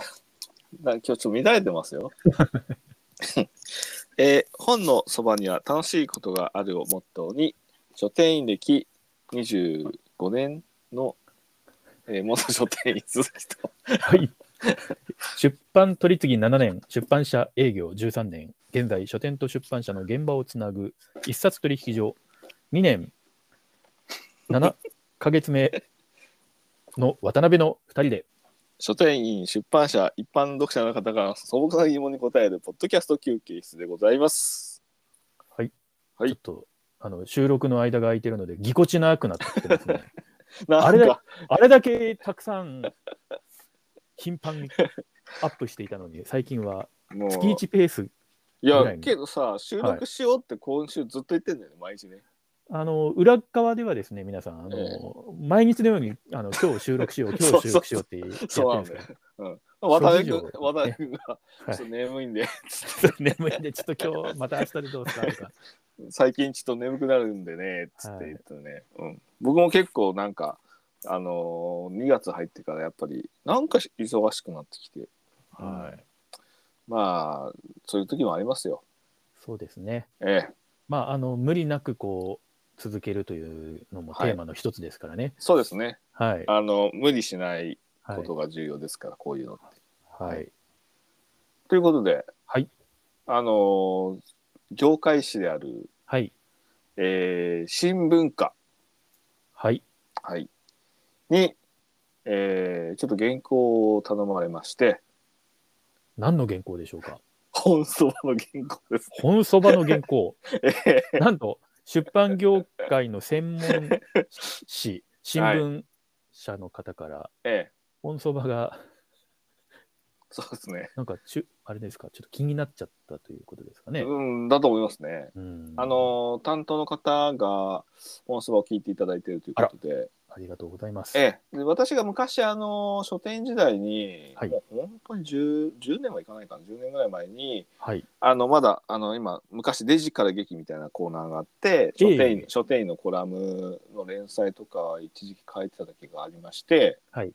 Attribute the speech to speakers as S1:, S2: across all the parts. S1: なんか今日ちょっと乱れてます よ。えー本のそばには楽しいことがあるをモットーに、書店員歴25年の、えー元書店員鈴木と、
S2: はい。出版取り次ぎ7年、出版社営業13年、現在書店と出版社の現場をつなぐ一冊取引所2年7ヶ 月目の渡辺の2人で、
S1: 書店員、出版社、一般読者の方が素朴な疑問に答えるポッドキャスト休憩室でございます。はい
S2: ちょっとあの収録の間が空いてるのでぎこちなくなってきてますね。
S1: なんか
S2: あれだあれだけたく さん頻繁にアップしていたのに、最近は
S1: もう
S2: 月1ペース、
S1: い
S2: ぐ
S1: や
S2: らい、の
S1: けどさ、収録しようって今週ずっと言ってんだよね、毎日ね。
S2: あの裏側ではですね、皆さん、あの
S1: え
S2: 毎日のようにあの今日収録し よう、今日収録しようってやってるんです
S1: そうなんだ
S2: け
S1: よ
S2: ど、。
S1: うん、渡辺 君
S2: 諸事情
S1: 渡辺君が、ちょ
S2: は
S1: っ
S2: い
S1: と眠いんで、
S2: 眠いんで、ちょっと今日また明日でどうですかとか、
S1: 最近ちょっと眠くなるんでね、つって言ってね、うん。僕も結構なんか、あのー、2月入ってからやっぱり、なんか忙しくなってきて、
S2: はい、
S1: まあ、そういう時もありますよ。
S2: そうですね、
S1: ええ、
S2: まああの、無理なくこう続けるというのも
S1: はい
S2: テーマの一つですからね、
S1: そうですね。
S2: はい、
S1: あの、無理しない
S2: は
S1: こ
S2: い
S1: とが重要ですから、こういうのって。
S2: はい、
S1: ということで、
S2: はい、
S1: あのー業界誌である、
S2: はい、
S1: えー新聞化、
S2: はい、
S1: はい、に、えーちょっと原稿を頼まれまして、
S2: 何の原稿でしょうか、
S1: 本そばの原稿です。
S2: 本そばの原稿。
S1: え
S2: なんと出版業界の専門 誌新聞社の方から
S1: えええ
S2: 本そばが
S1: そうですね。
S2: なんかちゅあれですかちょっと気になっちゃったということですかね。
S1: うん、だと思いますね。
S2: うん
S1: あのー担当の方が本そばを聞いていただいているということで、
S2: ありがとうございます。
S1: ええ、で私が昔、あのー書店時代に、
S2: はい
S1: もう本当に 10, 10年はいかないかな10年ぐらい前に、
S2: はい
S1: あのまだあの今昔デジから劇みたいなコーナーがあって書店員、
S2: ええ
S1: 書店員のコラムの連載とか一時期書いてた時がありまして、
S2: はい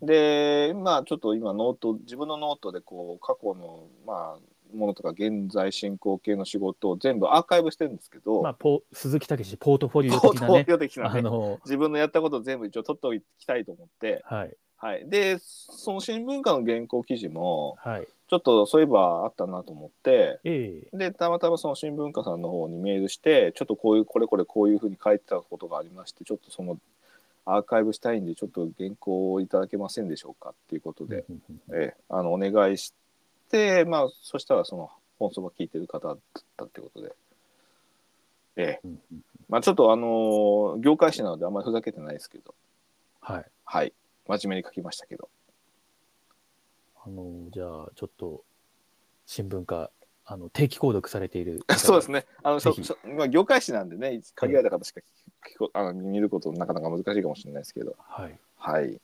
S1: でまあちょっと今ノート自分のノートでこう過去の、まあ、ものとか現在進行形の仕事を全部アーカイブしてるんですけど、
S2: まあポ鈴木武史ポートフォリオ
S1: ポー
S2: 的
S1: ト
S2: な
S1: フォ
S2: ね
S1: リオ的な
S2: あ
S1: ね
S2: の
S1: 自分のやったことを全部一応取っておきたいと思って、
S2: はい
S1: はい、でその新聞化の原稿記事も
S2: はい
S1: ちょっとそういえばあったなと思って。
S2: ええ
S1: でたまたまその新聞課さんの方にメールしてちょっとこういうこれこれこういうふうに書いてたことがありましてちょっとそのアーカイブしたいんでちょっと原稿をいただけませんでしょうかっていうことで、
S2: うんうんうん
S1: ええあのお願いしてまあそしたらその本そば聞いてる方だったってことで、ええ
S2: うんうん
S1: まあ、ちょっとあのー業界誌なのであんまりふざけてないですけど
S2: はい
S1: はい真面目に書きましたけど
S2: あのじゃあちょっと新聞化あの定期購読されている
S1: そうです
S2: ね。
S1: ね。あの、しょ
S2: ぜひ
S1: しょまあ、業界誌なんでね、限られた方しか聞く、あの、見ることなかなか難しいかもしれないですけど。
S2: はい
S1: はい。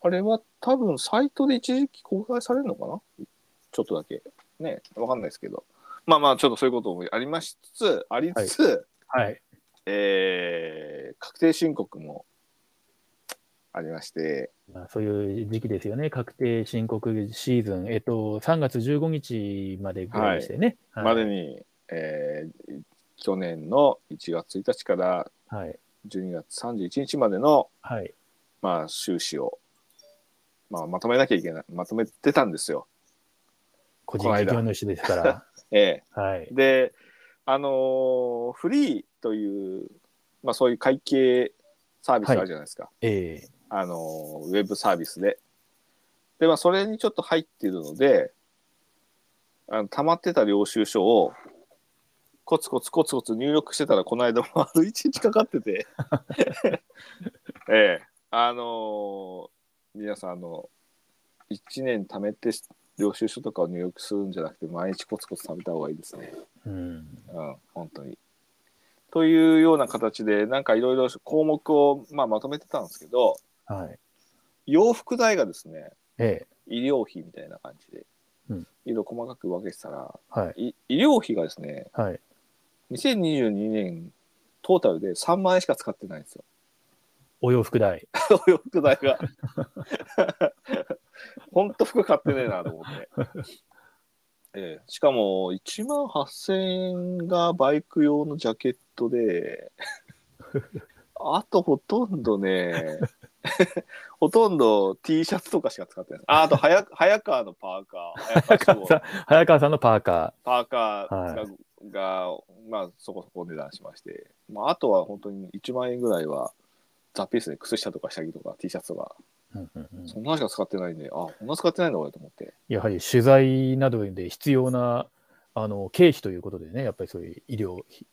S1: あれは多分サイトで一時期公開されるのかなちょっとだけ。ね、わかんないですけど。まあまあ、ちょっとそういうこともありましつつ、ありつつ、
S2: はい
S1: えー確定申告もありまして、
S2: まあ、そういう時期ですよね、確定申告シーズン、えっと、3月15日までぐらいでしてね、はい
S1: までに、えー去年の1月1日から
S2: はい
S1: 12月31日までの
S2: はい
S1: まあ、収支を、まあ、まとめなきゃいけない、まとめてたんですよ。
S2: 個
S1: こ
S2: 人
S1: の
S2: 事
S1: 間
S2: 業主です から、
S1: え
S2: はい
S1: え、で、あのーフリーという、まあ、そういう会計サービスあるじゃないですか。
S2: ええ
S1: あのーウェブサービスで。で、まあ、それにちょっと入っているので、あの溜まってた領収書を、コツコツコツコツ入力してたら、この間もあの一日かかってて。ええ。あのー皆さん、あの、1年貯めて領収書とかを入力するんじゃなくて、毎日コツコツ貯めた方がいいですね。
S2: うん、
S1: うん、本当に。というような形で、なんかいろいろ項目を、まあ、まとめてたんですけど、
S2: はい、
S1: 洋服代がですね
S2: ええ
S1: 医療費みたいな感じで、
S2: うん
S1: 色々細かく分けてたら
S2: はい、
S1: い医療費がですね
S2: はい、
S1: 2022年トータルで3万円しか使ってないんですよ
S2: お洋服代、
S1: お洋服代が ほんと服買ってねえなと思って。ええ、しかも1万8000円がバイク用のジャケット であとほとんどね ほとんど T シャツとかしか使ってないああと早早川のパーカー
S2: 早
S1: 早川
S2: 川さん、早川さんのパーカ
S1: パーカーが,、
S2: は
S1: まあそこそこ値段しまして、まあ、あとは本当に1万円ぐらいはザ・ピースで靴下とか下着とか T シャツとか
S2: ー。うんうんうん
S1: そんなのしか使ってないんであこんな使ってないんだ俺と思って
S2: やはり取材などで必要なあの経費ということでね、やっぱりそういう医療費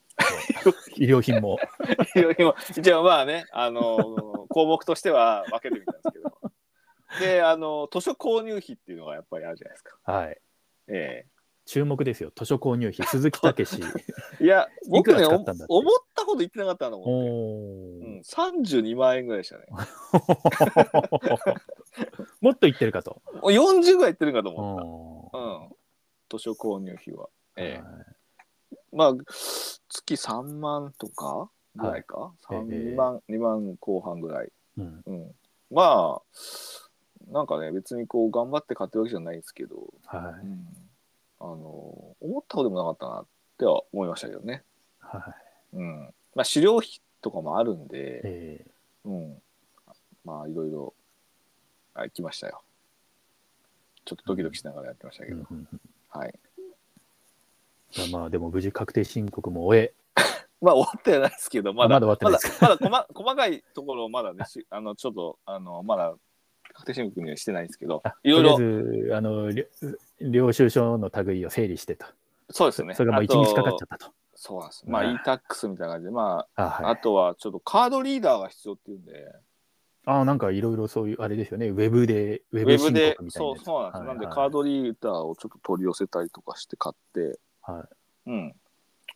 S2: 医療品 も。
S1: いや今一応まあねあの 項目としては分けてみたんですけどであの図書購入費っていうのがやっぱりあるじゃないですか
S2: はい。
S1: え
S2: 注目ですよ、図書購入費、鈴木武史。
S1: えいや僕ね
S2: いくら使
S1: お
S2: ったんだって
S1: 思ったほど言ってなかったの思
S2: お
S1: って、
S2: お
S1: う
S2: ー
S1: ん、32万円ぐらいでしたね
S2: もっと言ってるか と。
S1: もう40ぐらいいってるんかと
S2: う
S1: 思った
S2: ん
S1: うん、図書購入費は、え
S2: はい
S1: え、まあ月3万とかぐらいか、三
S2: ええ
S1: 2万2万後半ぐらい、
S2: うん
S1: うん、まあなんかね別にこう頑張って買ってるわけじゃないんですけど、
S2: は
S1: う
S2: い
S1: ん、あの思ったほどでもなかったなっては思いましたけどね、
S2: はい
S1: うん、まあ資料費とかもあるんで、
S2: えー
S1: うん、まあいろいろあ行きましたよちょっとドキドキしながらやってましたけ
S2: う
S1: ど、
S2: んうん
S1: はい
S2: うんまあでも無事確定申告も終え、
S1: まあ終わってはないですけど、まだ、
S2: まだ終わってないです
S1: まだ、ま だ細細かいところをまだね、しあの、ちょっと、あの、まだ、確定申告にはしてないんですけど
S2: あ、
S1: いろいろ
S2: と、りあえずあのり領収書の類を整理してと、
S1: そうですね。
S2: それがまあ
S1: あ
S2: 1
S1: と
S2: 日かかっちゃったと。
S1: そうなんです。まあ、
S2: うん
S1: e-tax みたいな感じで、ま
S2: あ
S1: あ、
S2: はい
S1: あとは、ちょっとカードリーダーが必要っていうんで、
S2: あなんかいろいろそういうあれですよね、ウェブで、
S1: ウ
S2: ウェブ
S1: ェブ
S2: 申
S1: で
S2: 告、みたい
S1: そ
S2: なや
S1: う、
S2: つ。
S1: そうなんです。
S2: はい
S1: な
S2: はい
S1: んで、カードリーダーをちょっと取り寄せたりとかして買って、
S2: はい
S1: うん。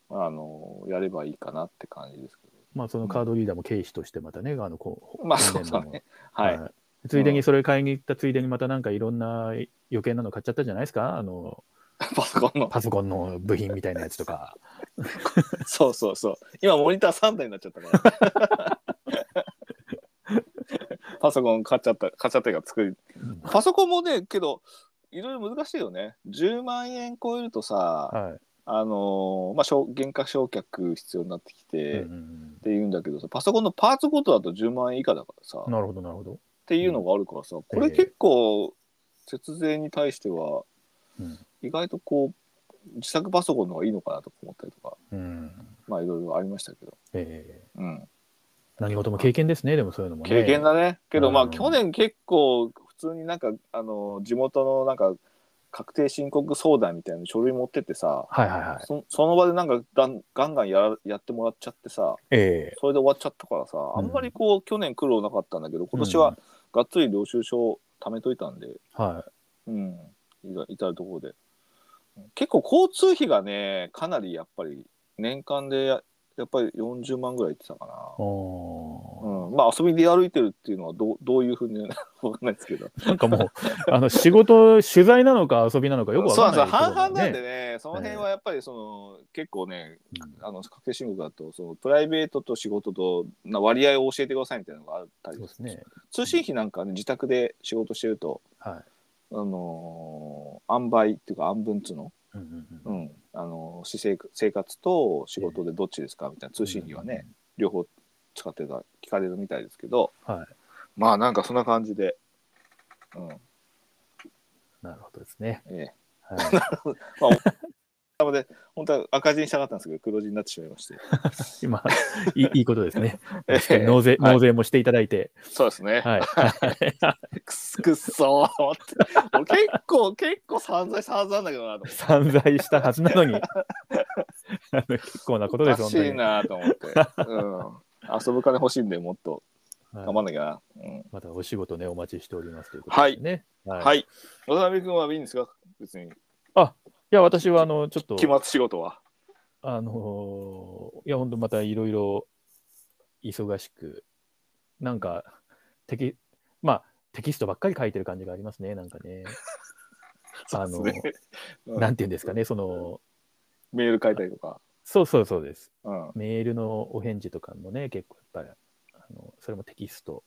S1: あの、やればいいかなって感じですけ
S2: まあそのカードリーダーも経費としてまたね、あのこ
S1: ど。まあ、そうだね。
S2: 今
S1: は
S2: 年
S1: い
S2: 度も。はいついでにそれ買いに行ったついでにまたなんかいろんな余計なの買っちゃったじゃないですか、あの
S1: パソコンの。
S2: パソコンの部品みたいなやつとか。
S1: そうそうそう。今モニター3台になっちゃったから。 パソコン買っちゃった、買っちゃったから作り。
S2: うん
S1: パソコンもね、けど、いろいろ難しいよね。10万円超えるとさ、
S2: は
S1: あのーまあ、消減価償却必要になってき
S2: い
S1: て、
S2: う
S1: っ
S2: ん
S1: ていうんだけどさ、パソコンのパーツごとだと10万円以下だからさ、
S2: うん
S1: っ
S2: なるほど、なるほど。
S1: ていうのがあるからさ、これ結構、節税に対しては、
S2: うん
S1: 意外とこう、自作パソコンの方がいいのかなとか思ったりとか、
S2: うん
S1: まあいろいろありましたけど。
S2: え
S1: うん
S2: ー何事も経験ですね、でもそういうのもね。
S1: 経験だね。けど、ま
S2: う
S1: あ、
S2: ん
S1: 去年結構、普通になんか、あの、地元のなんか、確定申告相談みたいな書類持ってってさ、
S2: はいはいはい。
S1: そその場でなんかだんガンガンやらやってもらっちゃってさ
S2: ええ
S1: それで終わっちゃったからさあんまりこう去年苦労なかったんだけど今年はがっつり領収書を貯めといたんで、
S2: は。
S1: うん、いざ至るところで結構交通費がねかなりやっぱり年間でややっぱり40万ぐらいいってたかない
S2: お
S1: う
S2: ー
S1: ん、まあ遊びで歩いてるっていうのはどうどういうふうに わかんないですけど
S2: なんかもう、あの仕事、取材なのか遊びなのかよくわ
S1: そう
S2: か
S1: なんです
S2: ん
S1: よ
S2: ないところ
S1: 半々
S2: だよね。
S1: なんでねその辺はやっぱりその、結構ね
S2: うん
S1: あの確定申告だとそのプライベートと仕事とな割合を教えてくださいみたいなのがあったり
S2: そうですね。
S1: 通信費なんかね自宅で仕事してると
S2: は
S1: あのー、塩梅っていうか安分っつうの、
S2: い。うんうんう
S1: うんんあのー私生活生活と仕事でどっちですかみたいな通信費はね、。両方使ってた聞かれるみたいですけど、
S2: はい
S1: まあなんかそんな感じで、うん
S2: なるほどですね。
S1: ええ、
S2: はい、
S1: 本当は赤字にしたかったんですけど黒字になってしまいまして、
S2: 今いい、いいことですね。
S1: ええ
S2: 納税、
S1: はい
S2: 納税もしていただいて。
S1: そうですね、
S2: はい。
S1: くっそくっそー思ってもう結構 結構散々散々だけどなと思って
S2: 散財したはずな のに。あの結構なことで
S1: お
S2: す、
S1: か
S2: 本
S1: し
S2: 当
S1: い
S2: に。
S1: なと思って、 うん、遊ぶ金欲しいんでもっと頑張
S2: はい
S1: んなきゃな、うん
S2: またお仕事ね、お待ちしておりますということですね。は。
S1: はい
S2: い
S1: い渡辺君はいいんですか別に
S2: や、私は、あの、ちょっと
S1: 期、末仕事は
S2: あのーいや、本当またいろいろ忙しく、なんか、テキ、まあ、テキストばっかり書いてる感じがありますね、なんかね。あ の
S1: そうですねうん
S2: なんていうんですかね、その、
S1: メール書いたりとか、
S2: そうそうそうです。
S1: うん、
S2: メールのお返事とかもね、結構やっぱり、あのそれもテキスト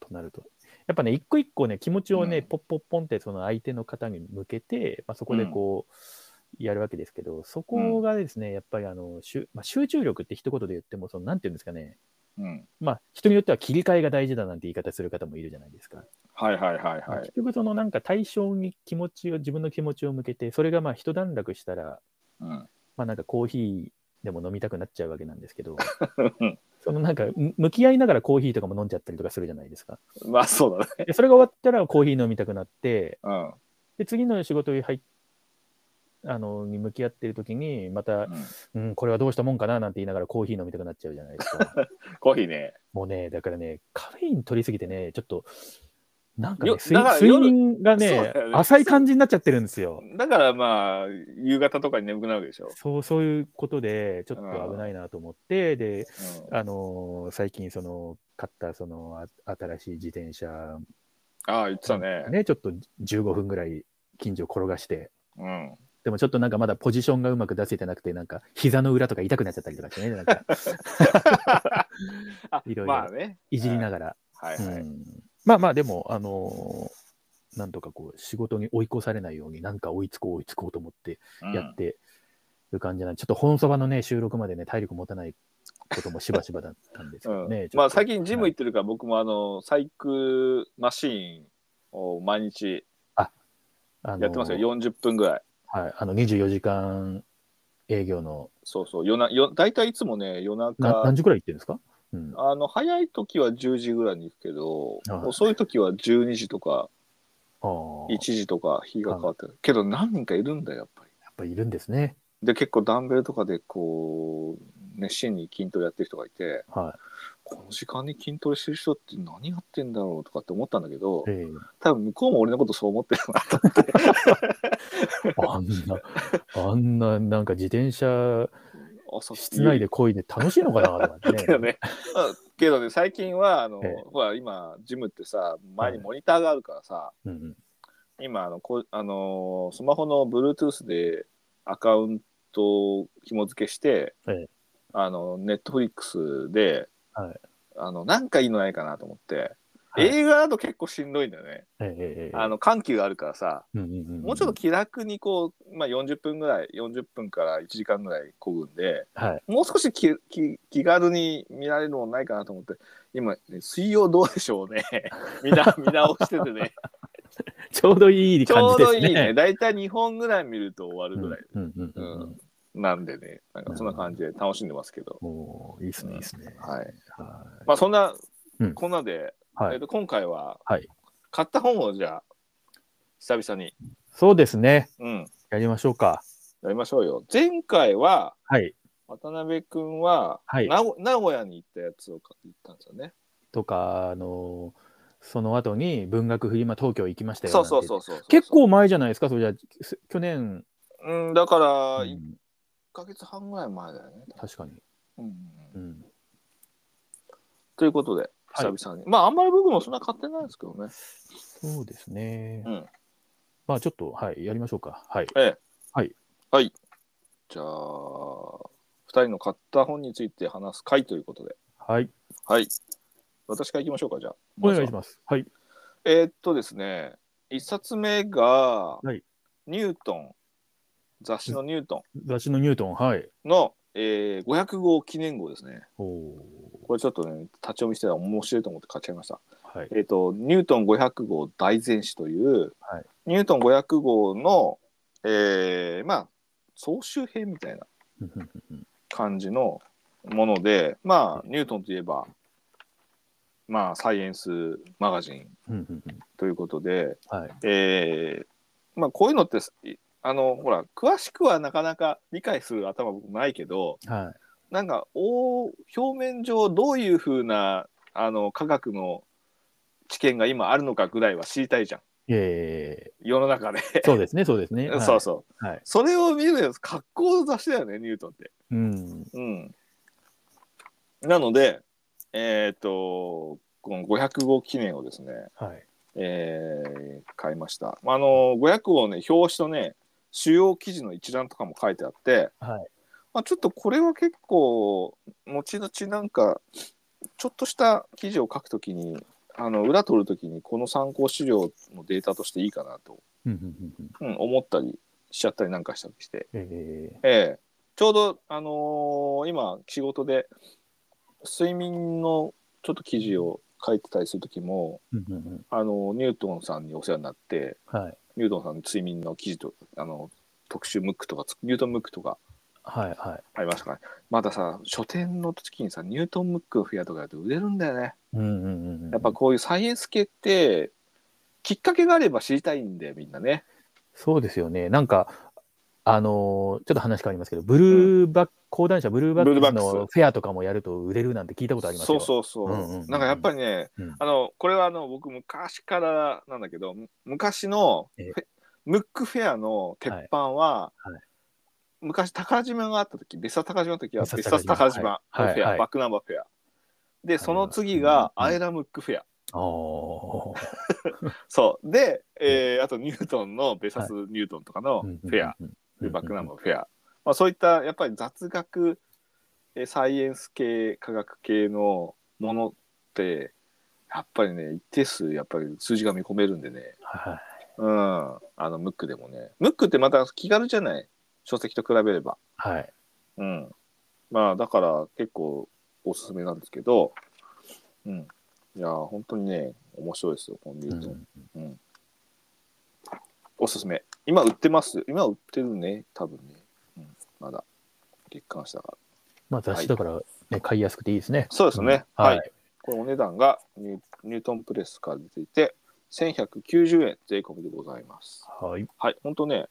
S2: となると、やっぱね、一個一個ね、気持ちをね、
S1: うん
S2: ポッポッポンってその相手の方に向けて、まあ、そこでこう、やるわけですけど、そこがですね、やっぱりあの、しゅまあ、集中力って一言で言っても、その、なんていうんですかね、
S1: うん。
S2: まあ、人によっては切り替えが大事だなんて言い方する方もいるじゃないですか。
S1: はいはいはいはい
S2: 結。局、そのなんか対象に気持ちを、自分の気持ちを向けて、それがまあ、一段落したら、
S1: うん。
S2: まあなんかコーヒーでも飲みたくなっちゃうわけなんですけ ど、
S1: うん
S2: そのなんか、む向き合いながらコーヒーとかも飲んじゃったりとかするじゃないですか。
S1: まあそうだね。
S2: でそれが終わったらコーヒー飲みたくなって、
S1: うん。
S2: で次の仕事に入っあのに向き合ってる時にまた、
S1: うん
S2: うん、これはどうしたもんかななんて言いながらコーヒー飲みたくなっちゃうじゃないで すか。
S1: コーヒーね。
S2: もうね、だからね、カフェイン取りすぎてね、ちょっと、なんかね、
S1: よ
S2: 睡
S1: だから
S2: 睡
S1: 夜
S2: 眠が
S1: そう
S2: ね
S1: だよね
S2: 浅い感じになっちゃってるんですよ。
S1: だからまあ、夕方とかに眠くなるわけでしょ。
S2: そうそういうことで、ちょっと危ないなと思って、で、
S1: うん、
S2: あのー最近その買ったそのあ新しい自転車
S1: ああ、言ってたね。
S2: ねちょっと15分ぐらい近所を転がして
S1: うん。
S2: でもちょっとなんかまだポジションがうまく出せてなくてなんか膝の裏とか痛くなっちゃったりとかしてね なんか
S1: あ
S2: いろいろ
S1: まあね。
S2: いじりながら、
S1: はいはい。
S2: うんまあまあでもあのーなんとかこう仕事に追い越されないようになんか追いつこう追いつこうと思って
S1: うん
S2: やってる感じなんで、ちょっと本そばのね収録までね体力持たないこともしばしばだったんですけどね、
S1: うん、まあ最
S2: 近
S1: 近ジム行ってるから僕もあのサイクルマシーンを毎日
S2: や
S1: やってますよ、40分ぐらい
S2: はい、あの24時間営業の
S1: そうそう夜な夜大体いつもね夜
S2: な
S1: 中
S2: 何時くらい行ってるんですか、うん、
S1: あの早い時は10時ぐらいに行くけど、
S2: はい
S1: 遅い時は12時とか
S2: あー
S1: 1時とか日が変わってる、けど何人かいるんだよやっぱり
S2: やっぱいるんですね。
S1: で結構ダンベルとかでこう熱心に筋トレやってる人がいて
S2: は
S1: この時間に筋トレしてる人って何やってんだろうとかって思ったんだけど
S2: い。え
S1: 多分向こうも俺のことそう思ってるなと思って
S2: えあんな、あんな、なんか自転車、
S1: 朝
S2: 室内で漕いで楽しいのかなとか
S1: けど
S2: ね。
S1: ね、 けどね、最近は、あの
S2: ええ、
S1: ほら、今、ジムってさ、前にモニターがあるからさ、
S2: うん、
S1: 今、あの、こうあのースマホの Bluetooth でアカウントを紐付けして、
S2: ええ
S1: あの、Netflix で、
S2: はい
S1: あの、なんかいいのないかなと思って、
S2: はい
S1: 映画だと結構しんどいんだよね。
S2: ええええええ
S1: あの、緩急があるからさ、
S2: うんうんうん、
S1: もうちょっと気楽にこう、まあ、40分ぐらい、40分から1時間ぐらいこぐんで、
S2: はい、
S1: もう少し気気気軽に見られるものないかなと思って、今、ね水曜どうでしょうね。 見な見直しててね。
S2: ちょうどいい
S1: ち
S2: 感
S1: ょう
S2: じで
S1: ど
S2: す
S1: いい
S2: ね。
S1: ね。だいたい2本ぐらい見ると終わるぐらい。
S2: うんうんうんうん
S1: うんなんでね、なんかそんな感じで楽しんでますけど。
S2: もういいですね、いいですね。
S1: はい。
S2: は
S1: まあそんな、
S2: うん
S1: こんなで、
S2: い、は
S1: えっ
S2: い。
S1: と今回は、
S2: はい
S1: 買った本をじゃあ、久々に、
S2: そうですね。
S1: うん、
S2: やりましょうか。
S1: やりましょうよ。前回は、
S2: はい。
S1: 渡辺君は、
S2: はい
S1: 名古名古屋に行ったやつを買って行ったんですよね。
S2: とか、あのその後に文学フリマ東京行きましたよ。
S1: そうそう
S2: なんて
S1: そうそうそう。
S2: 結構前じゃないですか、それじゃあす去年、
S1: うん、だから、
S2: う
S1: 1
S2: ん
S1: ヶ月半ぐらい前だよね。
S2: 確かに、
S1: うん、
S2: うん。
S1: ということで、
S2: はい
S1: 久々に。まあ、あんまり僕もそんな買ってないですけどね。
S2: そうですね。
S1: うん
S2: まあちょっと、はい、やりましょうか。はい。
S1: じゃあ、2人の買った本について話す回ということで。
S2: はい、
S1: はい。私から行きましょうか、じゃあ。
S2: お願いし
S1: す。
S2: ます。はい。
S1: えーっとですね、1冊目が、
S2: はい
S1: ニュートン、雑誌のニュート
S2: 雑誌のニュートン、はい。
S1: ンの、えー500号記念号ですね。
S2: おー
S1: これちょっとね、立ち読みしてたら面白いと思って買っちゃいました。
S2: はい。
S1: えー、とニュートン500号大全史という、
S2: はい
S1: ニュートン500号の、えーまあ、総集編みたいな
S2: うんうんうん
S1: 感じのもので、まあ、ニュートンといえば、まあ、サイエンスマガジン
S2: うんうんうん
S1: ということで、
S2: はい。
S1: えーまあ、こういうのってあのほら詳しくはなかなか理解する頭僕ないけど
S2: は
S1: なんかお表面上どういうふうなあの科学の知見が今あるのかぐらいは知りたいじゃん。
S2: い。え
S1: 世の中で。
S2: ー、そうですね、そうですね。はい
S1: そうそう。
S2: はい。
S1: それを見るやつ、格好の雑誌だよね、ニュートンって。
S2: うん。
S1: うん。なので、えっ、と、この500号記念をですね、
S2: はい。
S1: えー買いました。まああの、500号ね、表紙とね、主要記事の一覧とかも書いてあって、
S2: はい
S1: まあ、ちょっとこれは結構、後々なんか、ちょっとした記事を書くときに、あの裏取るときにこの参考資料のデータとしていいかなと、
S2: うんうんうんうん
S1: うん、思ったりしちゃったりなんかしたりして、
S2: ええ
S1: ええちょうど、あのー今仕事で睡眠のちょっと記事を書いてたりするときも、
S2: うんうんうん
S1: あのニュートンさんにお世話になって
S2: はい
S1: ニュートンさんの睡眠の記事とあの特集ムックとかつニュートンムックとか
S2: はいは
S1: ありましたから、まださ書店の時にさニュートンムックのフェアとかやると売れるんだよね。
S2: い。うんうんうんうん
S1: やっぱこういうサイエンス系ってきっかけがあれば知りたいんだよみんなね。
S2: そうですよね。なんか、あのーちょっと話変わりますけど、ブルーバック、講談社ブルーバ
S1: ブルーバ
S2: ック
S1: ックス
S2: のフェアとかもやると売れるなんて聞いたことあります
S1: そ
S2: よ
S1: うそうそう。
S2: うんうんうん
S1: なんかやっぱりね、
S2: うん
S1: あのこれはあの僕昔からなんだけどむ昔の
S2: ええ
S1: フェムックフェアの鉄板は、
S2: いは
S1: 昔宝島があった時別冊高島の時は
S2: 別
S1: 別
S2: 冊
S1: 冊
S2: 高島
S1: 高島のフェア、
S2: はいはいはい
S1: バックナンバーフェアでその次
S2: うん
S1: がアイラムックフェア、
S2: あー
S1: そうで、えーあとニュートンの別冊ニュートンとかの
S2: うんうんうん
S1: フェア、
S2: うんうん
S1: でバックナンバーフェア、まあ、そういったやっぱり雑学えーサイエンス系科学系のものってやっぱりね一定数やっぱり数字が見込めるんでね
S2: は
S1: うんあのムックでもねムックってまた気軽じゃない書籍と比べれば
S2: い。はい。
S1: うんまあだから結構おすすめなんですけどうんいやー本当にね面白いですよこのニュートン、
S2: うん
S1: おすすめ。今売ってます。今売ってるね、多分ね。うん、まだ。月刊したから。
S2: まあ雑誌だから、ね買いやすくていいですね。
S1: そうですね
S2: ん
S1: は
S2: はいい。
S1: これお値段がニュニュートンプレスから出ていて、1190円税込みでございます。
S2: はい。
S1: はい、本当ね、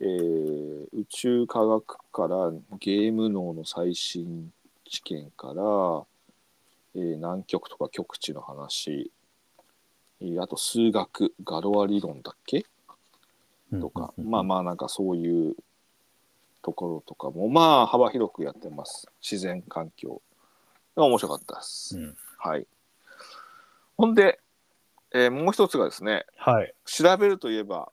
S1: えー宇宙科学からゲーム脳の最新知見から、えー南極とか極地の話、えーあと数学、ガロア理論だっけとか、まあまあなんかそういうところとかもまあ幅広くやってます自然環境が面白かったです、
S2: うん
S1: はいほんで、えーもう一つがですね
S2: はい。
S1: 調べるといえば、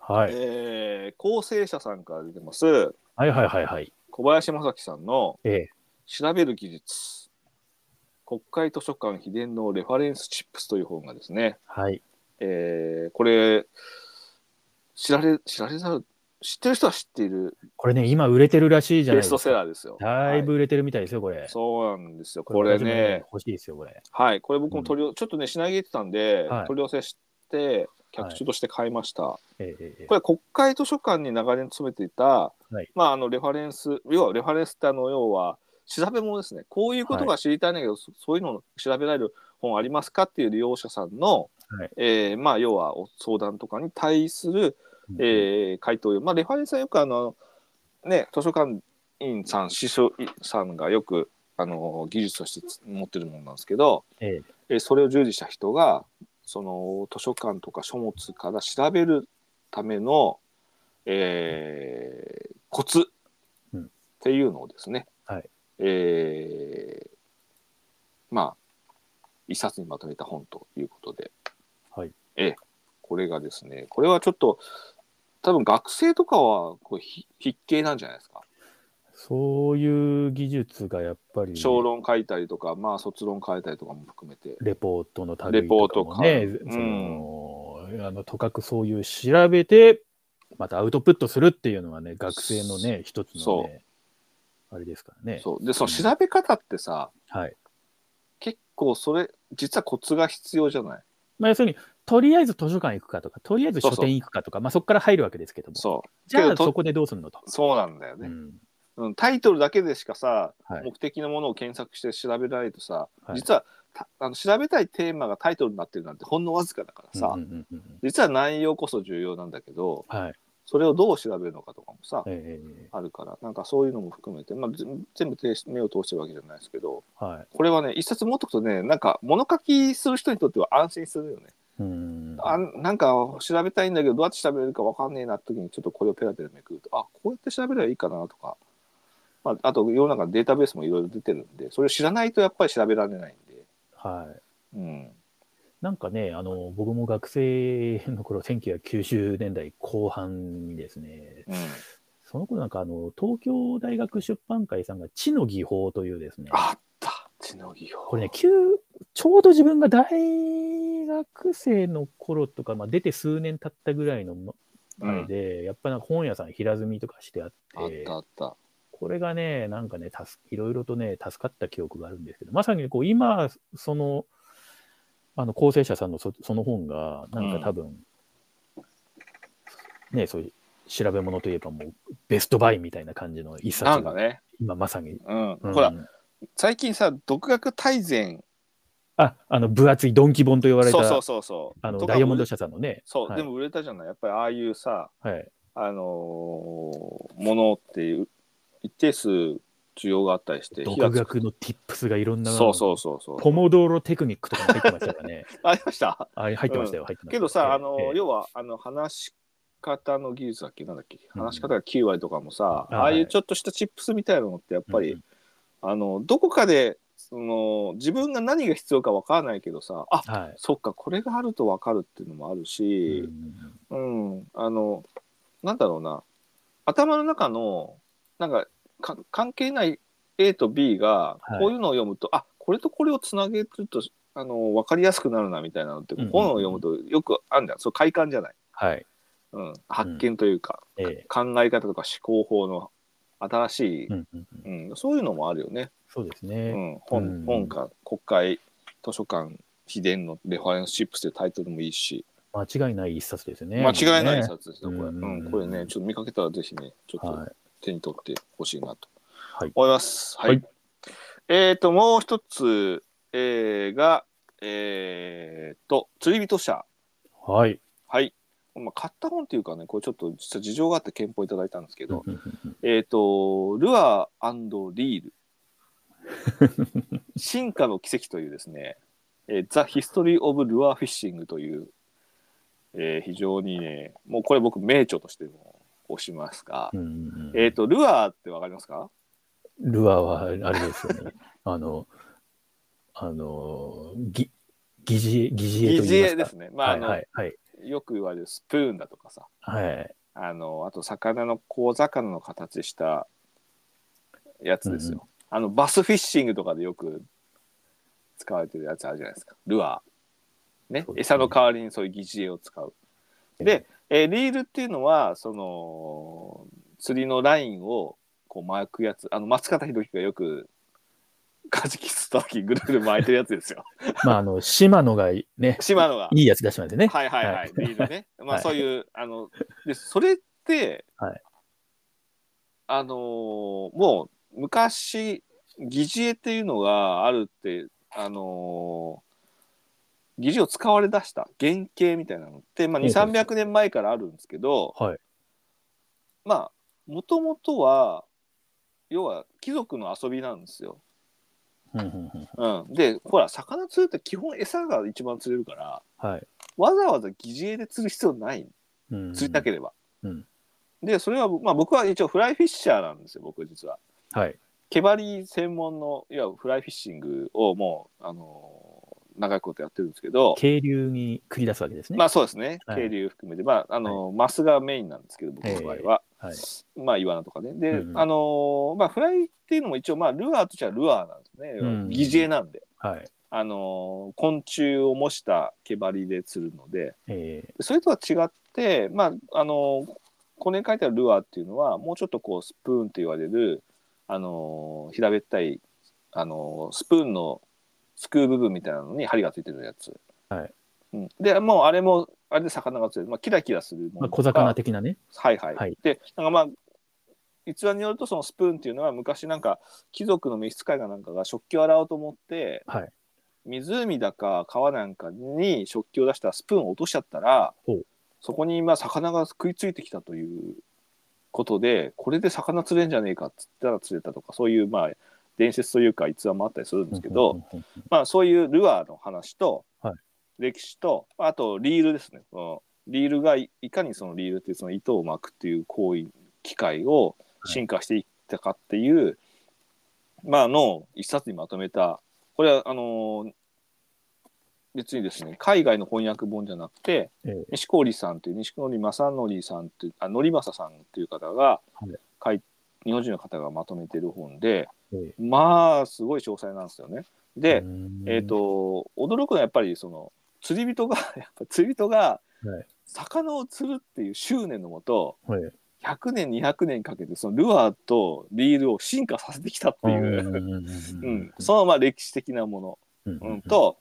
S2: はい。
S1: えー構成者さんから出てます
S2: はいはいはいはい。
S1: 小林正樹さんの
S2: ええ。
S1: 「調べる技術国会図書館秘伝のレファレンスチップス」という本がですね
S2: はい。
S1: えーこれ知られ知られざる知ってる人は知っている
S2: これね、今売れてるらしいじゃな
S1: ベ
S2: いで
S1: ス
S2: すか。
S1: トセラーですよ。
S2: だいぶ売れてるみたいですよ、これ。
S1: はいそうなんですよ。これね、
S2: 欲しいですよ、これ。
S1: はい、これ僕も取り、ちょっとね、品切れてたんで、
S2: はい
S1: 取り寄せして、客中として買いました。
S2: ええええ
S1: これ、国会図書館に長年勤めていた、
S2: はい
S1: まあ、あの、レファレンス、要はレファレンスってあの、要は、調べ物ですね。こういうことが知りたいんだけど、そそういうのを調べられる本ありますかっていう利用者さんの、
S2: はい
S1: えーまあ、要はお相談とかに対する、
S2: うん
S1: えー回答用、まあ、レファレンスはよくあの、ね、図書館員さん、司書さんがよくあの技術としてつ持ってるものなんですけど、
S2: ええ
S1: えーそれを従事した人がその図書館とか書物から調べるための、えーコツっ
S2: うん
S1: ていうのをですね、
S2: はい
S1: えーまあ一冊にまとめた本ということで、
S2: はい
S1: ええこれがですねこれはちょっと多分学生とかはこうひ筆形なんじゃないですか
S2: そういう技術がやっぱり、
S1: 小論書いたりとか、まあ卒論書いたりとかも含めて
S2: レポートの
S1: レ
S2: 類
S1: ポート
S2: と
S1: か
S2: かもね、
S1: うん
S2: そのあのとかくそういう調べて、またアウトプットするっていうのはね、学生のね、一つの
S1: そ
S2: ね、あれですからね。
S1: そうでその調べ方ってさ、
S2: はい。
S1: 結構それ実はコツが必要じゃない
S2: まあ、要するに、とりあえず図書館行くかとか、とりあえず書
S1: そうそう
S2: 店行くかとか、まあそこから入るわけですけども、
S1: そう
S2: じゃ
S1: け
S2: あ
S1: どと
S2: そこでどうするのと。
S1: そうなんだよね、
S2: うん
S1: うんタイトルだけでしかさ、
S2: はい
S1: 目的のものを検索して調べられるとさ、
S2: はい
S1: 実はたあの調べたいテーマがタイトルになってるなんてほんのわずかだからさ、
S2: うんうんうんうん
S1: 実は内容こそ重要なんだけど
S2: はい。
S1: それをどう調べるのかとかもさ、
S2: え
S1: あるからなんかそういうのも含めて、まあ、ぜ全部手目を通してるわけじゃないですけど
S2: えはい。
S1: これはね一冊持っとくとねなんか物書きする人にとっては安心するよね。
S2: うん
S1: あなんか調べたいんだけどどうやって調べるかわかんねえなって時にちょっとこれをペラペラめくるとあこうやって調べればいいかなとか、まあ、あと世の中のデータベースもいろいろ出てるんでそれを知らないとやっぱり調べられないんで、
S2: はい。
S1: うん、
S2: なんかね、あの、僕も学生 の頃、1990年代後半にですね、
S1: うん、
S2: その頃なんかあの、東京大学出版会さんが、地の技法というですね、
S1: あった血の技法
S2: これね、旧ちょうど自分が大学生の頃とか、まあ、出て数年経ったぐらいの前で、やっぱなんか本屋さん平積みとかしてあっ
S1: あってた、あった。
S2: これがね、なんかね、たすいろいろとね、助かった記憶があるんですけど、まさにこう今、その、あの、構成者さんのそその本が、なんか多分、ね、そういう調べ物といえばもう、ベストバイみたいな感じの一
S1: な
S2: 冊
S1: んか
S2: が、
S1: ね、
S2: 今まさに。
S1: うん、
S2: うん
S1: ほら、最近さ、独学大全、
S2: あ、あの、分厚いドンキ本と言われた、
S1: そうそうそうそう。
S2: あの、
S1: とか
S2: ダイヤモンド社さんのね、
S1: そう、
S2: はい
S1: でも売れたじゃない。やっぱりああいうさ、
S2: はい、
S1: あのーものっていう一定数需要があったりして、
S2: 独
S1: 火がつ
S2: 学の tips がいろん
S1: く
S2: な、
S1: そうそうそうそう。
S2: ポモドーロテクニックとかも入ってましたからね。
S1: ありました。
S2: あ入ってましたよ、入ってましたよ
S1: けどさ、あの
S2: ええ
S1: 要はあの話し方の技術だっけなんだっけ
S2: うん
S1: 話し方が9割とかもさ、
S2: あ
S1: ああい
S2: は
S1: う
S2: い
S1: ちょっとしたチップスみたいなのってやっぱり、
S2: うん
S1: あのどこかでその自分が何が必要かわからないけどさあ
S2: はい。
S1: そっかこれがあるとわかるっていうのもあるし、うんあのなんだろうな頭の中のなんかか関係ない A と B が
S2: はい
S1: こういうのを読むと、あこれとこれをつなげるとあの分かりやすくなるなみたいなのって、
S2: うんうんうん
S1: 本を読むとよくあるんだよそう快感じゃない、
S2: はい。
S1: うん、発見というか、
S2: ええ
S1: 考え方とか思考法の新しい、
S2: うんうんうん
S1: うんそういうのもあるよね。
S2: そうですね。
S1: うん、本
S2: うん
S1: 本か国会図書館秘伝のレファレンスシップスでタイトルもいいし、
S2: 間違いない一冊ですよね。
S1: 間違いない
S2: ね
S1: 一冊ですね、これ、う
S2: う
S1: んんこれね、ちょっと見かけたらぜひね、ちょっ
S2: は
S1: と手に取ってほしいなと
S2: い。
S1: 思います。はい。
S2: はい
S1: えっ、と、もう一つ、えーが、えっ、と、釣り人社。
S2: はい。はい。
S1: はい。まあ、買った本っていうかね、これちょっと実は事情があって検討いただいたんですけど、
S2: うんうんうん
S1: えっ、と、ルアーリー ル。進化の奇跡というですね、えー、ザ・ヒストリー・オブ・ルアー・フィッシングという、えー非常にね、もうこれ僕名著としても押しますが、
S2: うんうんうん
S1: えっ、と、ルアーってわかりますか
S2: ルアーはあれですよ ね。あの、あの、ぎ疑似絵、疑似絵
S1: 疑
S2: と
S1: 似
S2: 言いま
S1: 絵
S2: す
S1: で
S2: か。
S1: すね。まあ、
S2: はい
S1: あの、
S2: はいはい。
S1: よく言われるスプーンだとかさ、
S2: はい。
S1: あの、あと魚の小魚の形したやつですよ。
S2: うん
S1: あの、バスフィッシングとかでよく使われてるやつあるじゃないですか。ルアー。ね
S2: そ。うですね
S1: 餌の代わりにそういう疑似餌を使う。で、えーリールっていうのは、その、釣りのラインをこう巻くやつ。あの、松方弘樹がよく、カジキ釣った時ぐるぐる巻いてるやつです よ。
S2: まあ、あの、島野が ね、
S1: 島野が。
S2: いいやつ出しましたね。
S1: はいはいは
S2: はいい、
S1: ビール ね。まあ
S2: はい
S1: そういう、あの、で、それって、
S2: はい
S1: あのーもう昔、疑似絵っていうのがあるって、あのー疑似を使われ出した原型みたいなのって、まあ、
S2: ほうほう
S1: 2、300年前からあるんですけど、
S2: はい。
S1: まあ、もともとは、要は貴族の遊びなんですよ。
S2: うんうんうん
S1: うん、で、ほら、魚釣るって基本餌が一番釣れるから、
S2: はい。
S1: わざわざ疑似絵で釣る必要ない
S2: うん
S1: 釣りたければ。
S2: うん
S1: でそれは、まあ、僕は一応フライフィッシャーなんですよ僕実は。
S2: はい。
S1: 毛張り専門のいわゆるフライフィッシングをもう、あのー長いことやってるんですけど、
S2: 渓流に繰り出すわけですね。
S1: まあそうですね
S2: はい
S1: 渓流含めて、まああのーマスがメインなんですけど僕の場合は、
S2: はい。
S1: まあイワナとかねで、
S2: うんうん
S1: あのーまあフライっていうのも一応まあルアーとしてはルアーなんですね要
S2: う
S1: は
S2: ん
S1: 疑似餌なんで、
S2: はい。
S1: あのー昆虫を模した毛張りで釣るので、
S2: ええ。
S1: それとは違って、まあ、あの、これに書いてあるルアーっていうのは、もうちょっとこう、スプーンと言われる、あの、平べったい、あの、スプーンのすくう部分みたいなのに針がついてるやつ。
S2: はい
S1: うん、で、もうあれも、あれで魚が釣れる。まあ、キラキラするも
S2: ま
S1: の
S2: あ、
S1: と
S2: 小
S1: か
S2: 魚的なね。
S1: はいはい。
S2: はい
S1: で、なんかまあ、逸話によると、そのスプーンっていうのは、昔なんか、貴族の召使いがなんかが食器を洗おうと思って、
S2: はい
S1: 湖だか川なんかに食器を出したらスプーンを落としちゃったら
S2: ほう、
S1: そこにまあ魚が食いついてきたということで、これで魚釣れんじゃねえかっつったら釣れたとか、そういうまあ、伝説というか逸話もあったりするんですけど、
S2: うんうんうんうん、
S1: まあそういうルアーの話と、
S2: はい
S1: 歴史とあとリールですねそのリールがいいかにそのリールっていうその糸を巻くっていう行為機会を進化していったかっていう、まあの一冊にまとめたこれはあのー別にですね海外の翻訳本じゃなくて、
S2: ええ
S1: 西郡さんという西郡正則さんっていうあ則正さんっていう方が
S2: はい
S1: 書い日本人の方がまとめてる本で
S2: ええ
S1: まあすごい詳細なんですよね。で、え
S2: え
S1: っ、、と驚くのはやっぱりその釣り人が やっぱ釣り人が
S2: はい
S1: 魚を釣るっていう執念のもと
S2: はい、
S1: 100年200年かけてそのルアーとリールを進化させてきたっていう、うん
S2: ん
S1: そのまあ歴史的なも
S2: う
S1: の、うん、
S2: ん、
S1: と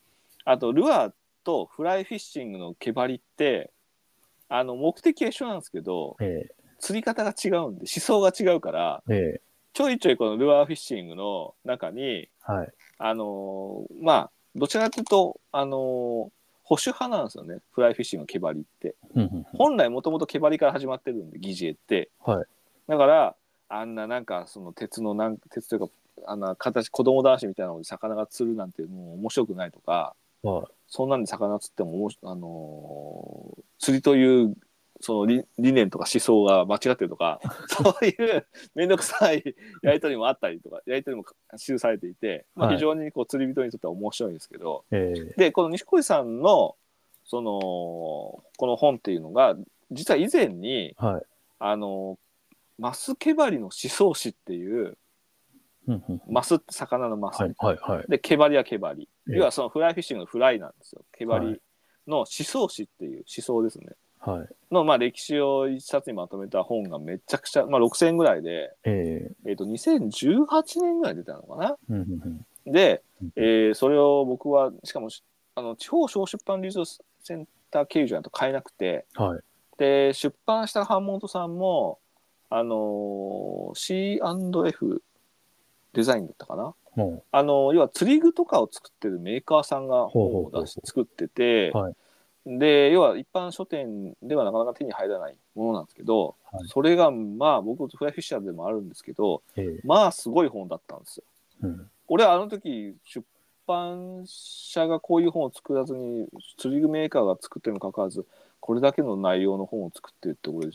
S1: あとルアーとフライフィッシングの毛針ってあの目的は一緒なんですけど
S2: ええ
S1: 釣り方が違うんで思想が違うから
S2: ええ
S1: ちょいちょいこのルアーフィッシングの中に
S2: はい、
S1: あのーまあどちらかというと、あのー保守派なんですよねフライフィッシングの毛針って
S2: うんうん
S1: 本来もともと毛針から始まってるんで疑似餌って、
S2: はい
S1: だからあんななんかその鉄のなん鉄というかあんな形子供男子みたいなので魚が釣るなんてもう面白くないとか
S2: は
S1: そんなんで魚釣ってもおもし、あのー釣りというその理理念とか思想が間違ってると かそういう面倒くさいやり取りもあったりとかやり取りも記されていて、まあ、
S2: はい
S1: 非常にこう釣り人にとっては面白いんですけど、
S2: い、ええ
S1: でこの錦織さんのそのこの本っていうのが実は以前に
S2: はい、
S1: あのマス毛針の思想史っていう
S2: うんうん
S1: マスって魚のマス、
S2: はい、はい、はい、
S1: で毛針は毛針
S2: ええ
S1: 要はそのフライフィッシングのフライなんですよ毛
S2: は
S1: 針
S2: い
S1: の思想史っていう思想ですね
S2: はい、
S1: の、まあ、歴史を一冊にまとめた本がめちゃくちゃ、まあ、6000円ぐらいで、
S2: ええ
S1: えっと2018年ぐらい出たのかな
S2: うんうんうん
S1: で
S2: うん、
S1: えーそれを僕はしかもしあの地方小出版流通センター経由じゃないと買えなくて
S2: はい、
S1: で出版した版元さんも、あのー C&F デザインだったかな
S2: も
S1: あの要は釣り具とかを作ってるメーカーさんが本を出し
S2: ほ
S1: 作ってて、
S2: はい
S1: で要は一般書店ではなかなか手に入らないものなんですけど、
S2: はい
S1: それがまあ僕フライフィッシャーでもあるんですけど
S2: う、ええ
S1: まあすごい本だったんですよ。
S2: うん、
S1: 俺はあの時出版社がこういう本を作らずに釣り具メーカーが作ってもかかわらずこれだけの内容の本を作ってるって俺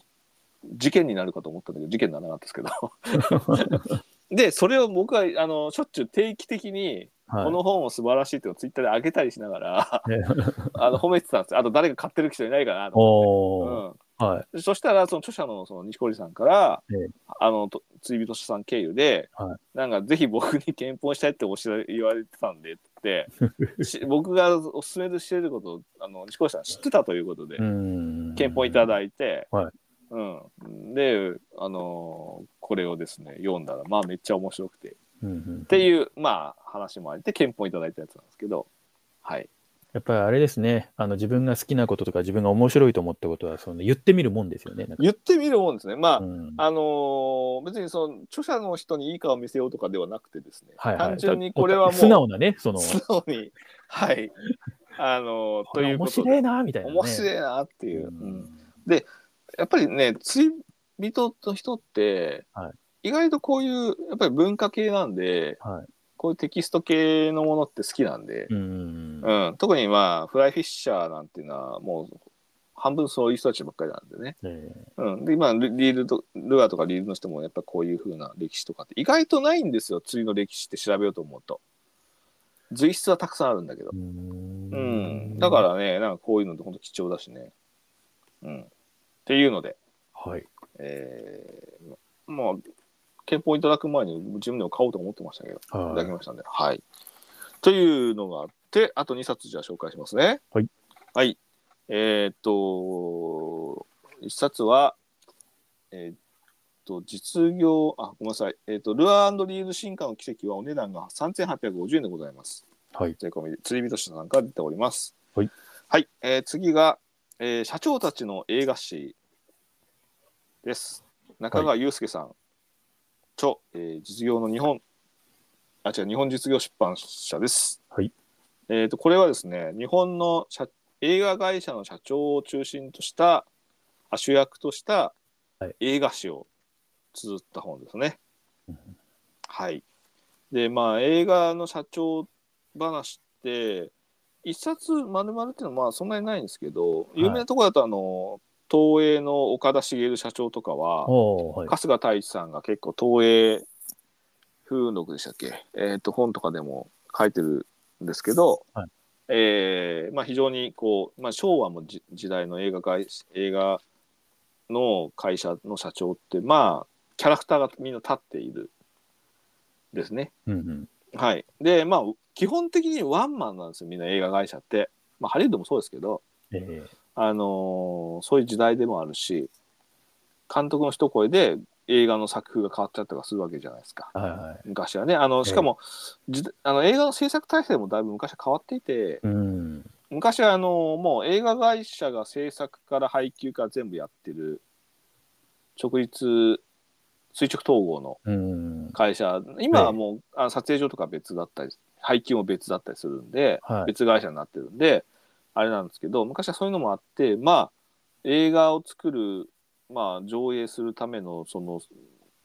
S1: 事件になるかと思ったんだけど事件にならなかったですけど でそれを僕はあのしょっちゅう定期的に
S2: はい、
S1: この本を素晴らしいっていうのをツイッターで上げたりしながら
S2: ええ
S1: あの褒めてたんですよあと誰か買ってる人いないかなと
S2: おー、
S1: 思って、
S2: はい、
S1: うん、そしたらその著者のその西堀さんから、
S2: ええ
S1: あのと釣り人さん経由で、
S2: は
S1: なんかぜひ僕に検討したいっておし言われてたんでって し僕がおすすめしてることをあの西堀さん知ってたということで、
S2: うん、
S1: 検討いただいて、
S2: はい
S1: うん、であのーこれをですね読んだらまあめっちゃ面白くて
S2: うんうん
S1: っていう、まあ、話もありて、憲法いただいたやつなんですけど、はい。
S2: やっぱりあれですね、あの自分が好きなこととか自分が面白いと思ったことはその言ってみるもんですよね。なんか
S1: 言ってみるもんですね。まあ、
S2: うん
S1: あのー別にその著者の人にいい顔見せようとかではなくてですね、
S2: はいはい
S1: 単純にこれはもう
S2: 素直なね、その、
S1: 素直に、はい。あのー
S2: ことれ
S1: いう
S2: 面
S1: こと
S2: 白
S1: で
S2: いな、みたいな、ね。
S1: 面白いなっていう、
S2: う
S1: うん
S2: ん
S1: やっぱりね、釣り人の人って、
S2: は
S1: 意外とこういう、やっぱり文化系なんで、
S2: はい
S1: こういうテキスト系のものって好きなんで、
S2: うん
S1: うん、特にまあフライフィッシャーなんていうのはもう半分そういう人たちばっかりなんでね、
S2: ええ
S1: うん、で今ルリールとルアーとかリールの人もやっぱこういう風な歴史とかって意外とないんですよ釣りの歴史って調べようと思うと随筆はたくさんあるんだけど、
S2: うん
S1: うん、だからねなんかこういうのって本当貴重だしね、うん、っていうので、
S2: はい。
S1: えー、まあ憲法いただく前に自分でも買おうと思ってましたけどいただき
S2: は
S1: ましたんで。はい。というのがあって、あと2冊じゃあ紹介しますね。
S2: はい。
S1: はい。えーっと、1冊は、えーっと、実業、あ、ごめんなさい。えーっと、ルアーリール進化の奇跡はお値段が3850円でございます。
S2: はい。
S1: 税込みで釣り人さんから出ております。
S2: はい。
S1: はい。えー次が、えー社長たちの映画誌です。中川祐介さん、著、えー実業の日本、あ、違う、日本実業出版社です。
S2: はい。
S1: えっ、と、これはですね、日本の社映画会社の社長を中心とした、あ主役とした
S2: はい
S1: 映画誌を綴った本ですね
S2: うん。
S1: はい。で、まあ、映画の社長話って、一冊丸々っていうのはまあそんなにないんですけど、有名なところだとあの、東映の岡田茂社長とかは、
S2: おーはい。
S1: 春日太一さんが結構東映風録でしたっけ、えー、と本とかでも書いてるんですけど、
S2: はい
S1: えーまあ、非常にこう、まあ、昭和もじ時代の映画会映画の会社の社長ってまあキャラクターがみんな立っているですね。
S2: うんうん
S1: はい、でまあ基本的にワンマンなんですよみんな映画会社って、まあ、ハリウッドもそうですけど、
S2: えー
S1: あのーそういう時代でもあるし監督の一声で映画の作風が変わっちゃったりとかするわけじゃないですか
S2: はいはい。
S1: 昔はねあのしかも、時代あの映画の制作体制もだいぶ昔は変わっていて
S2: うん。
S1: 昔はあのもう映画会社が制作から配給から全部やってる直立垂直統合の
S2: うん。
S1: 会社今はもう、あの撮影所とか別だったり配給も別だったりするんで、
S2: はい。
S1: 別会社になってるんであれなんですけど昔はそういうのもあってまあ映画を作るまあ上映するためのその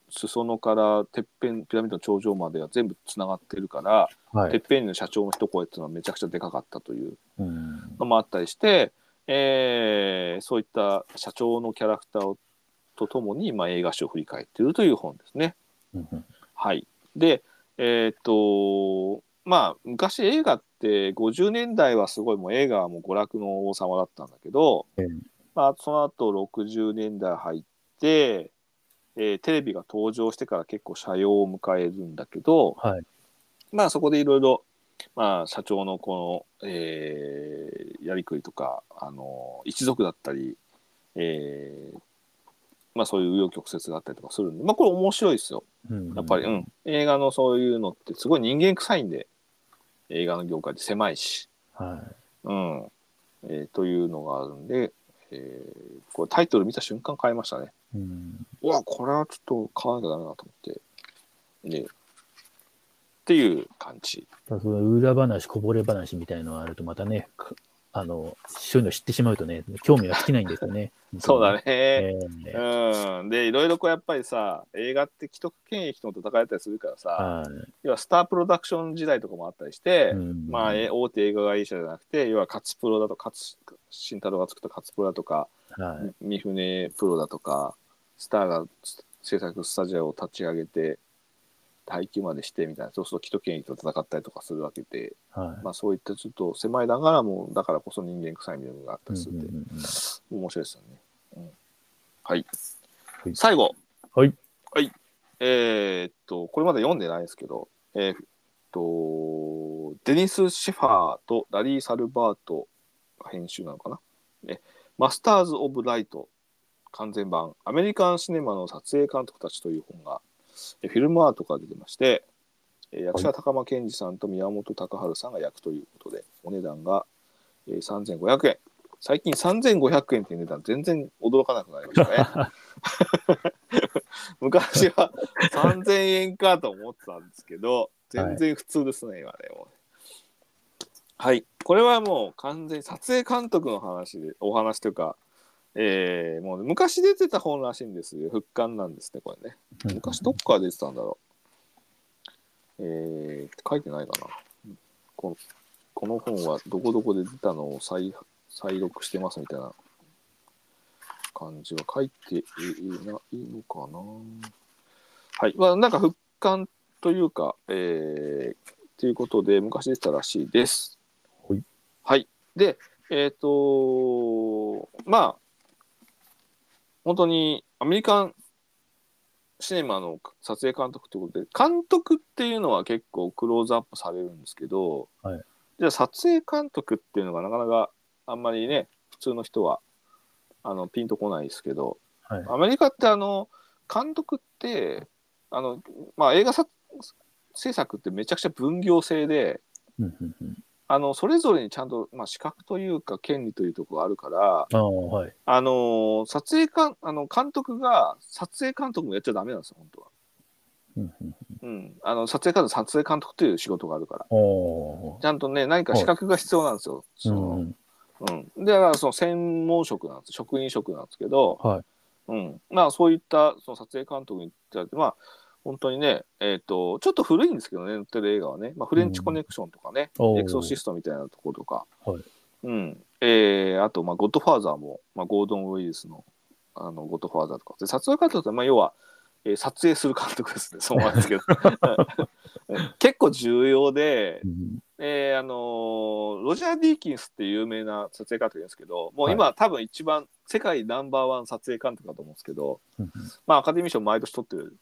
S1: 裾野からてっぺんピラミッドの頂上までは全部つながってるから、
S2: は
S1: てっ
S2: い。
S1: ぺんの社長の一声っていうのはめちゃくちゃでかかったという
S2: うん。
S1: のもあったりして、えーそういった社長のキャラクターをとともに、まあ、映画史を振り返っているという本ですね。
S2: うん
S1: はい。で、えーっと、まあ、昔映画って50年代はすごいもう映画はもう娯楽の王様だったんだけど、
S2: ええ
S1: まあ、その後60年代入って、えーテレビが登場してから結構社用を迎えるんだけど、
S2: はい。
S1: まあそこでいろいろ、まあ社長のこの、えーやりくりとか、あの、一族だったり、えーまあそういう紆余曲折があったりとかするんで、まあこれ面白いですよ。
S2: うん
S1: やっぱり、うん、映画のそういうのってすごい人間臭いんで、映画の業界って狭いし、
S2: は
S1: うん、えーというのがあるんで、えーこれタイトル見た瞬間買いましたね。
S2: い。うん。
S1: うわ、これはちょっと買わなきゃダメだと思って。ね。っていう感じ。
S2: その裏話、こぼれ話みたいのがあると、またね、かあの、そういうの知ってしまうとね、興味が尽きないんですよね。
S1: そうだ
S2: ね。
S1: ね。
S2: ええ
S1: うん、でいろいろこうやっぱりさ映画って既得権益との戦いだったりするからさ
S2: は
S1: 要はスタープロダクション時代とかもあったりして、
S2: い。うん
S1: まあ、え大手映画会社じゃなくて、要は勝プロだとか、勝慎太郎が作った勝プロだとか、
S2: はい。
S1: 三船プロだとか、スターが制作スタジオを立ち上げて、配給までしてみたいな、そうすると既得権益と戦ったりとかするわけで、
S2: は
S1: まあそういったちょっと狭いながらも、だからこそ人間臭いみたいなのがあった
S2: い。
S1: りするんで、
S2: うんうんうん
S1: 面白いですよね。うんはい
S2: は。い
S1: 最後。
S2: はい。
S1: はい。えーっと、これまだ読んでないですけど、えーっと、デニス・シェファーとラリー・サルバートが編集なのかな。えマスターズ・オブ・ライト完全版、アメリカンシネマの撮影監督たちという本が、えフィルムアートから出てまして、えー役者高間健二さんと宮本隆治さんが役ということで、お値段が、えー、3500円。最近3500円っていう値段全然驚かなくなりましたね。昔は3000円かと思ってたんですけど、全然普通ですね、今でも。はい、これはもう完全に撮影監督の話で、お話というか、えーもう昔出てた本らしいんですよ。復刊なんですね、これね。
S2: うん
S1: 昔どっから出てたんだろう。えー、書いてないかな。このこの本はどこどこで出たのを再再録してますみたいな感じは書いていないのかな。はい。まあ、なんか復刊というか、えー、ということで、昔出てたらしいです。
S2: はい。
S1: はい。で、えっ、とまあ、本当にアメリカンシネマの撮影監督ということで監督っていうのは結構クローズアップされるんですけど、
S2: はい
S1: じゃあ撮影監督っていうのがなかなかあんまりね普通の人はあのピンとこないですけど
S2: はい。
S1: アメリカってあの監督ってあの、まあ、映画さ制作ってめちゃくちゃ分業制で
S2: うんうんうん
S1: あのそれぞれにちゃんと、まあ、資格というか権利というところがあるから
S2: ああ、はい。
S1: あの撮影監あの監督が撮影監督もやっちゃダメなんですよ本当は。
S2: うんうん
S1: うん、あの撮影監督撮影監督という仕事があるから
S2: おー
S1: ちゃんとね何か資格が必要なんですよ、そ
S2: うんう
S1: の
S2: ん
S1: うん、だからその専門職なんです職人職なんですけど、
S2: はい。
S1: うん、まあそういったその撮影監督に対してまあ本当にねえっ、とちょっと古いんですけどね載ってる映画はね、まあ、フレンチコネクションとかね、
S2: おー
S1: エクソシストみたいなところとか、
S2: はい
S1: うんえーあと、まあ、ゴッドファーザーも、まあ、ゴードン・ウィリスのあのゴッドファーザーとかで撮影監督って、まあ、要は、えー撮影する監督です ねそうなんですけど 結構重要で
S2: う、ん
S1: えーあのーロジャー・ディーキンスっていう有名な撮影監督ですけどもう今、多分一番世界ナンバーワン撮影監督だと思うんですけど、
S2: うんうん
S1: まあ、アカデミー賞毎年取ってる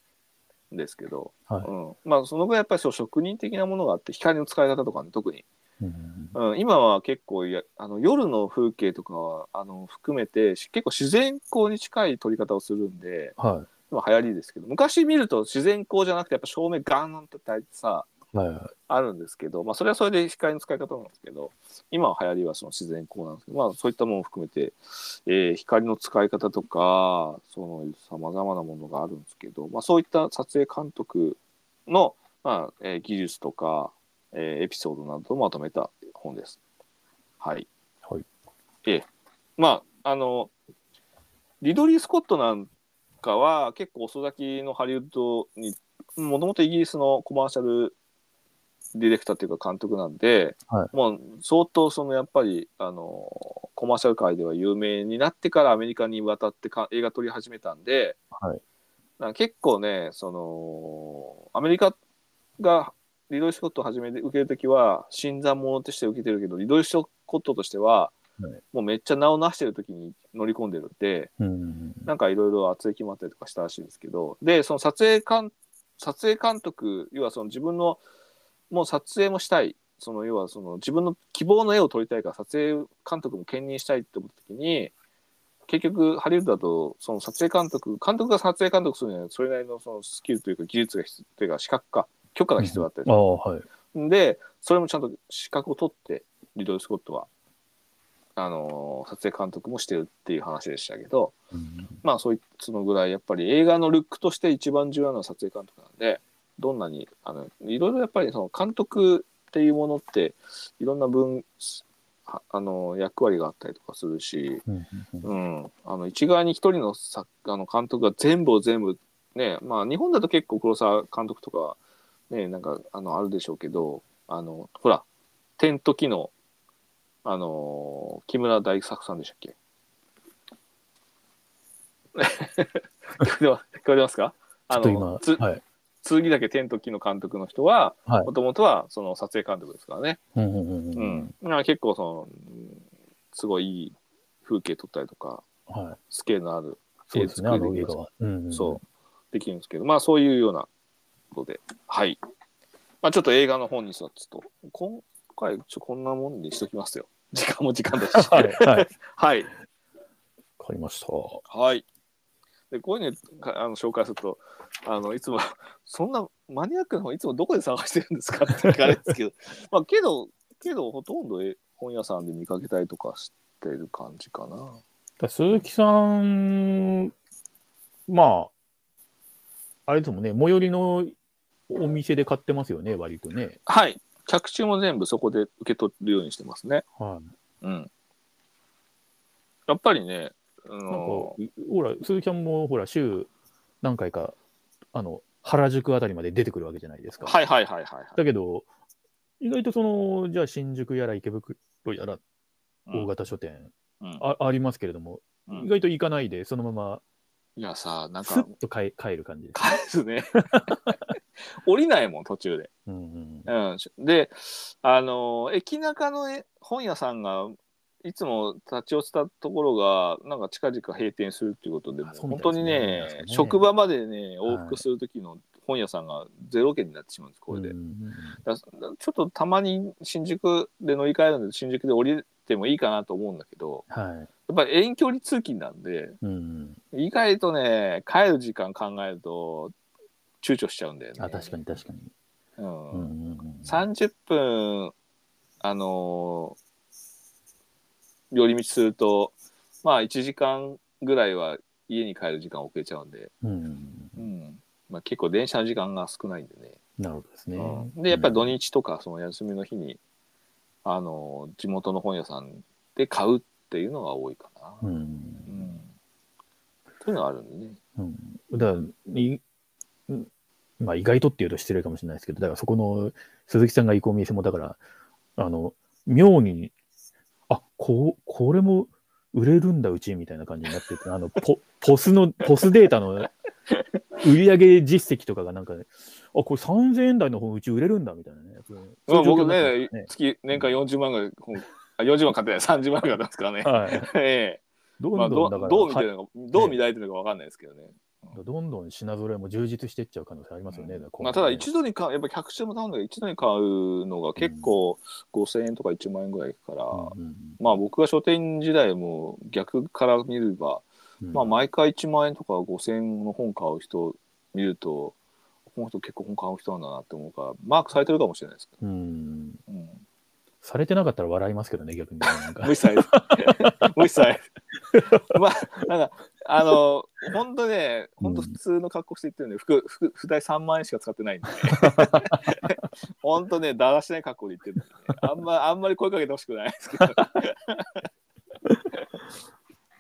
S1: ですけど、
S2: はい
S1: うん、まあそのぐらいやっぱりそう職人的なものがあって光の使い方とかね特に、
S2: うん
S1: うん、今は結構やあの夜の風景とかはあの含めてし結構自然光に近い撮り方をするんで
S2: は
S1: 今流行りですけど昔見ると自然光じゃなくてやっぱ照明ガーンって焚いてさ
S2: い。はいは
S1: あるんですけど、まあ、それはそれで光の使い方なんですけど今は流行りはその自然光なんですけど、まあ、そういったものも含めて、えー光の使い方とかさまざまなものがあるんですけど、まあ、そういった撮影監督の、まあえー技術とか、えーエピソードなどをまとめた本です。はい。
S2: はい、
S1: ええまああのリドリー・スコットなんかは結構遅咲きのハリウッドにもともとイギリスのコマーシャルディレクターというか監督なんで、
S2: は
S1: もう相当そのやっぱりあのコマーシャル界では有名になってからアメリカに渡ってか映画撮り始めたんで、
S2: はい
S1: なんか結構ねそのアメリカがリドリー・スコットを始めて受けるときは新参者として受けてるけどリドリー・スコットとしては、
S2: はい
S1: もうめっちゃ名を成してる時に乗り込んでるんで
S2: い。うん。
S1: なんかいろいろ熱い決まったりとかしたらしいんですけどでその撮影監撮影監督要はその自分のもう撮影もしたいその要はその自分の希望の絵を撮りたいから撮影監督も兼任したいって思った時に結局ハリウッドだとその撮影監督監督が撮影監督するにはそれなりのそのスキルというか技術が必要というか資格か許可が必要だったり
S2: ああ、はい。
S1: でそれもちゃんと資格を取ってリドル・スコットはあのー撮影監督もしてるっていう話でしたけど
S2: うん
S1: まあそういそのぐらいやっぱり映画のルックとして一番重要なのは撮影監督なんでどんなにあのいろいろやっぱりその監督っていうものっていろんな分ああの役割があったりとかするし、
S2: うん
S1: うん、あの一概に一人の作あの監督が全部を全部ねまあ日本だと結構黒沢監督とかねなんかあのあるでしょうけどあのほら「天時のあのー木村大作さんでしたっけ 聞こえてます聞こえてますか
S2: ち
S1: あ
S2: ょっと今、
S1: のつ
S2: はい。
S1: 剣岳天時の監督の人は
S2: はい
S1: もともとはその撮影監督ですからね
S2: うんうんうん
S1: う
S2: うん
S1: ん、だから結構そのうんすごいいい風景撮ったりとか
S2: はい。
S1: スケールのある
S2: そうですね、
S1: 絵
S2: あ
S1: 作
S2: の
S1: り
S2: 映
S1: できま
S2: 画
S1: す
S2: は。うんうん
S1: そうできるんですけどまあそういうようなことではい、まあ、ちょっと映画の本にちょっと今回ちょこんなもんにしときますよ時間も時間だ し
S2: はい。はい。わ
S1: はい
S2: かりました。
S1: はいでこういうのかあの紹介するとあのいつも そんなマニアックな本いつもどこで探してるんですかって聞かれるん ですけどまあけどけどほとんどえ本屋さんで見かけたりとかしてる感じかな
S2: 鈴木さん、まあ、あれですもんね、最寄りのお店で買ってますよね、割とね。
S1: はい着注も全部そこで受け取るようにしてますね
S2: はい。
S1: うん。やっぱりね、あ
S2: なんか、
S1: の
S2: ほら、鈴木さんも、ほら、週何回か、あの、原宿あたりまで出てくるわけじゃないですか。
S1: はいはいはいはいはい。
S2: だけど、意外とその、じゃあ新宿やら池袋やら
S1: うん
S2: 大型書店、
S1: うん
S2: あありますけれども、
S1: うん
S2: 意外と行かないで、そのまま、
S1: いやさ、なん
S2: ス
S1: か
S2: ッ、と帰帰る感じです。
S1: 返す ね。降りないもん、途中で。
S2: うんうん
S1: うん、で、あの、駅中のえ本屋さんが、いつも立ち寄ったところが、なんか近々閉店するっていうことで、も
S2: あ
S1: う
S2: そうみ
S1: 本当
S2: たいです
S1: に
S2: ね
S1: ね
S2: そうなんですね
S1: 職場までね、往復する時の本屋さんがゼロ件になってしまうんです、これで
S2: う。んうんうん
S1: だちょっとたまに新宿で乗り換えるので新宿で降りてもいいかなと思うんだけど
S2: はい。
S1: やっぱり遠距離通勤なんで
S2: うんうん
S1: 意外とね帰る時間考えると躊躇しちゃうんだよね。
S2: あ確かに確かに。
S1: うん
S2: うんうんうん
S1: 30分あのー寄り道するとまあ1時間ぐらいは家に帰る時間遅れちゃうんで、
S2: うんうんうん
S1: うんまあ、結構電車の時間が少ないんでね。
S2: なるほどですね。
S1: うんでやっぱり土日とかその休みの日に、あの地元の本屋さんで買うっていうのが多いかな。
S2: う。
S1: うんんというのがあるんでね。
S2: うん。だから、いうんまあ、意外とっていうと失礼かもしれないですけど、だからそこの鈴木さんが行くお店も、だから、あの、妙に、あこうこれも売れるんだ、うちみたいな感じになってて、あのポポスの、ポスデータの売上実績とかがなんか、ね、あこれ3000円台の本、うち売れるんだみたいなね。そういう
S1: まあ、僕
S2: そういう状況になって
S1: ね
S2: ます
S1: 月年間40万ぐらい本あ40万買ってない30万ぐ らい買ったんですからね。
S2: からねはい。
S1: ええ
S2: ど
S1: まあ
S2: ん
S1: ど
S2: ど
S1: うん
S2: だから、
S1: どう見てるのか、どう見られてるのかわかんないですけどね。
S2: どんどん品揃えも充実していっちゃう可能性ありますよね。だから
S1: まあ、ただ一度に買う、やっぱ100種も頼んだけど、一度に買うのが結構5000円とか1万円ぐらいいくから、
S2: うんうん
S1: まあ僕が書店時代も逆から見れば、
S2: うん
S1: まあ毎回1万円とか5000円の本買う人見ると、この人結構本買う人なんだなって思うから、マークされてるかもしれないですけ
S2: うん
S1: ど、うん、
S2: されてなかったら笑いますけどね、逆に。 なん か
S1: 無視されてる。無視さ れてる。まあ、なんか、あの、本当ね、本当普通の格好して言ってるんで、服、服、普代3万円しか使って ないんで、本当ね、だらしない格好で言ってるんで、あんま、あんまり声かけてほしくないですけど、
S2: なる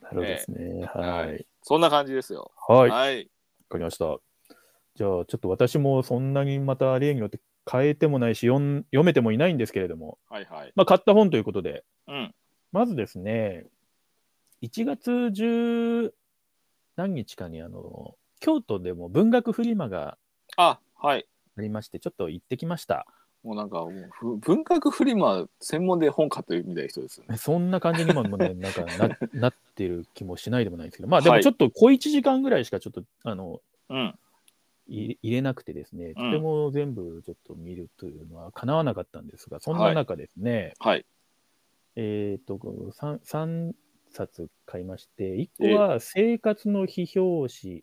S2: ほどですね。はい。
S1: そんな感じですよ。
S2: はい。わ
S1: はい。
S2: かりました。じゃあ、ちょっと私もそんなにまた例によって変えてもないし、読ん読めてもいないんですけれども、
S1: はいはい。
S2: まあ、買った本ということで、
S1: うん。
S2: まずですね、1月十何日かにあの京都でも文学フリマが
S1: あ、はい。
S2: ありまして、ちょっと行ってきました。
S1: もうなんか、もうふ文学フリマ専門で本買ってるみたいな人ですよね。
S2: そんな感じにも、もうね、な んかななってる気もしないでもないんですけど、まあでも
S1: はい
S2: ちょっと小1時間ぐらいしかちょっとあの
S1: うん。
S2: い入れなくてですね、と
S1: うん
S2: ても全部ちょっと見るというのはかなわなかったんですが、そんな中ですね、
S1: はい。
S2: えっ、と3、三冊買いまして、1個は生活の批評誌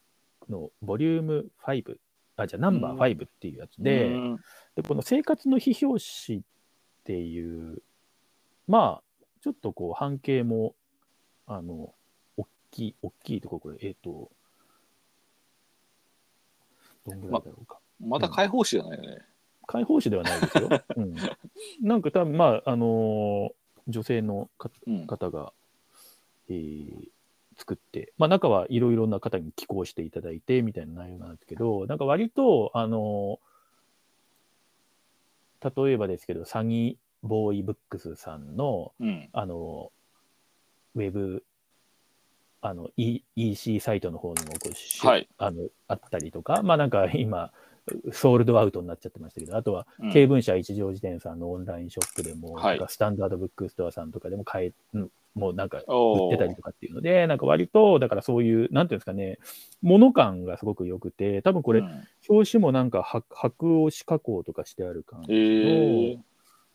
S2: のボリューム5、あ、じゃあナンバー5っていうやつで、
S1: うん
S2: で、この生活の批評誌っていう、まあ、ちょっとこう、半径も、あの、大きい、大きいところ、これ、えっ、と、どんぐらいだろうか。
S1: また解放誌じゃないよね。
S2: 解放誌ではないですよ。うん、なんか多分、まあ、あのー女性の方
S1: うん。
S2: 方が、えー作って、まあ、中はいろいろな方に寄稿していただいてみたいな内容なんですけどなんか割とあの例えばですけどサニーボーイブックスさんの
S1: うん。
S2: あのウェブあの、E- EC サイトの方にもこうし、
S1: はい
S2: あのあったりとか、まあなんか今、ソールドアウトになっちゃってましたけど、あとは
S1: うん
S2: 経文社一条辞典さんのオンラインショップでも、
S1: はい
S2: なんかスタンダードブックストアさんとかでも買え、うんもうなんか売
S1: お
S2: っ
S1: ー
S2: てたりとかっていうので、なんか割と、だからそういう、なんていうんですかね、物感がすごく良くて、多分これ、
S1: うん
S2: 表紙もなんかは白押し加工とかしてある感
S1: え
S2: じの、
S1: ー、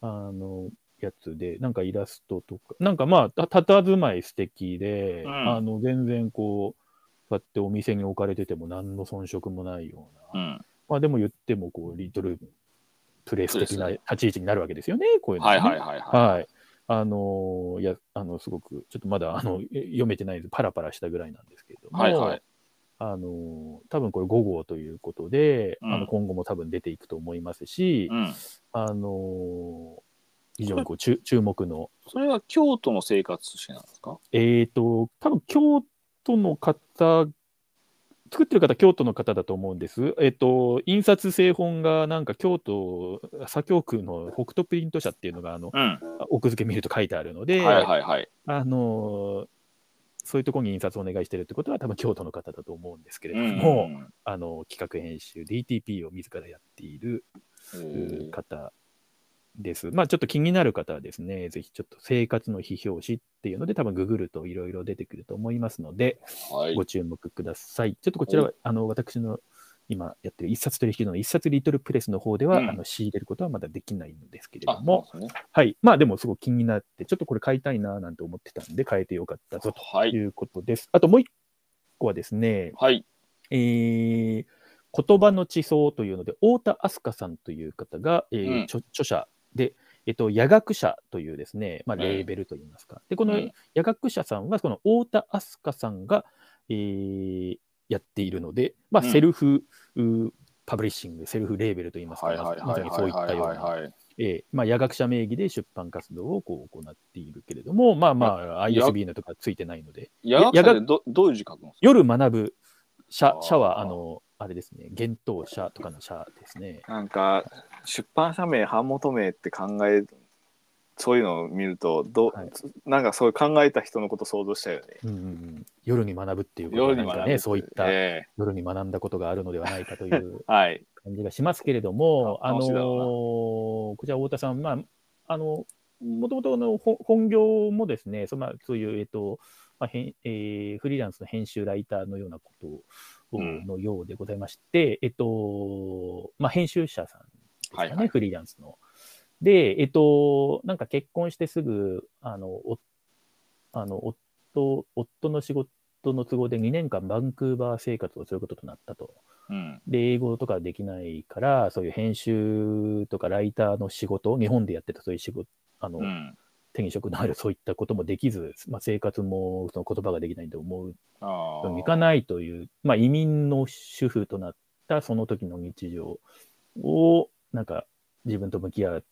S2: あの、やつで、なんかイラストとか、なんかまあ、たたずまい素敵で、
S1: うん
S2: あの、全然こう、こうやってお店に置かれてても何の遜色もないような、
S1: うん。
S2: まあでも言っても、こう、リトルプレイス的な
S1: そうですね
S2: 立ち位置になるわけですよね、こういうの、ね。
S1: はいはいはいは
S2: はい。あのーいや、あの、すごく、ちょっとまだ、あの、え読めてないです。パラパラしたぐらいなんですけれども、
S1: はいはい
S2: あのー多分これ5号ということで、
S1: うん
S2: あの今後も多分出ていくと思いますし
S1: い。、うん。
S2: あのー非常にこう注注目の、
S1: それは京都の生活史なんですか
S2: えっ、と、多分京都の方、作ってる方、京都の方だと思うんです。えっ、と、印刷製本が、なんか京都、左京区の北斗プリント社っていうのが、あの、
S1: うん。
S2: 奥付け見ると書いてあるので、
S1: はいはいはい。
S2: あのーそういうところに印刷お願いしてるってことは多分京都の方だと思うんですけれ
S1: う
S2: ど
S1: ん
S2: も、あの企画編集 DTP を自らやっている
S1: え
S2: う
S1: ー
S2: ん方です。まあちょっと気になる方はですね、ぜひちょっと生活の批評誌っていうので多分ググるといろいろ出てくると思いますので、
S1: はい
S2: ご。注目ください。ちょっとこちらはあの私の今やってる一冊取引の一冊リトルプレスの方では、
S1: うん
S2: あの仕入れることはまだできないんですけれ
S1: あ
S2: ども、
S1: そうですね
S2: はい。まあでもすごく気になって、ちょっとこれ買いたいななんて思ってたんで、買えてよかったぞ
S1: は
S2: と
S1: い。
S2: いうことです。あともう一個はですね、
S1: はい。
S2: えー言葉の地層というので、太田明日香さんという方が、えー
S1: うん
S2: 著著者で、えっと、夜学者というですね、まあ、
S1: うん
S2: レーベルといいますか。で、こ
S1: う
S2: の
S1: ん
S2: 夜学者さんは、この太田明日香さんが、えーやっているので、まあ、
S1: うん
S2: セルフ、うーパブリッシング、セルフレーベルといいますか、
S1: はいはい
S2: ま
S1: は
S2: さ
S1: い
S2: にそういった
S1: はい
S2: よう
S1: はい
S2: な
S1: はい。
S2: えーまあ、夜学者名義で出版活動をこう行っているけれども、まあまあ、
S1: や
S2: ISB のとかついてないので、
S1: やがてどどういう字書くんです
S2: 夜学ぶ社
S1: あー
S2: 社は、あの、あれですね、幻冬社とかの社ですね。
S1: かなんか、出版社名、版元名って考え、そういうのを見ると、ど
S2: はい
S1: なんかそういう考えた人のこと想像したよね。
S2: うんうんうん、夜に学ぶっていうこと
S1: 夜
S2: な
S1: に
S2: ん
S1: 学
S2: か
S1: ぶ
S2: ね、そういった
S1: え
S2: 夜に学んだことがあるのではないかという
S1: えはい。
S2: 感じがしますけれども、
S1: あ
S2: あの
S1: 楽しいだろうな
S2: こちら太田さん、まあ、あの、もともとのほ本業もですね、そまあ、そういう、えっと、まあ、へんえーフリーランスの編集ライターのようなことを
S1: うん
S2: のようでございまして、えっと、まあ、編集者さんですかね、
S1: はいはい
S2: フリーランスの。で、えっと、なんか結婚してすぐ、あの、おあの夫夫の仕事の都合で2年間バンクーバー生活をすることとなったと。
S1: うん。
S2: で、英語とかできないから、そういう編集とかライターの仕事、日本でやってたそういう仕事、あの、
S1: うん。
S2: 手に職のあるそういったこともできず、まあ、生活もその言葉ができないと思う
S1: ああ
S2: ようにいかないという、まあ、移民の主婦となったその時の日常を、なんか自分と向き合っ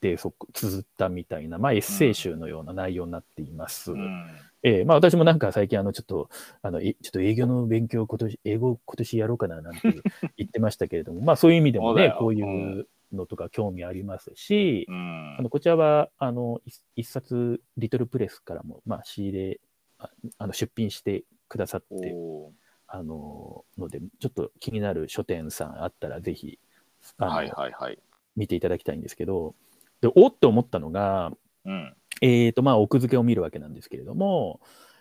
S2: て、そこ、綴ったみたいな、まあ、エッセイ集のような内容になっています。
S1: うん。
S2: ええまあ私もなんか最近あのちょっと、あの、えちょっと営業の勉強今年、英語今年やろうかななんて 言ってましたけれども、まあそういう意味でも
S1: そうだ
S2: ね
S1: よ、
S2: こういうのとか興味ありますし、
S1: うん
S2: あのこちらはあのい一冊リトルプレスからも、まあ、仕入れああの出品してくださっ
S1: お
S2: て
S1: お
S2: あののでちょっと気になる書店さんあったらぜひあ
S1: ー。
S2: の、
S1: はいはいはい。
S2: 見ていただきたいんですけどでおっと思ったのが、
S1: うん。
S2: えーとまあ、奥付けを見るわけなんですけれども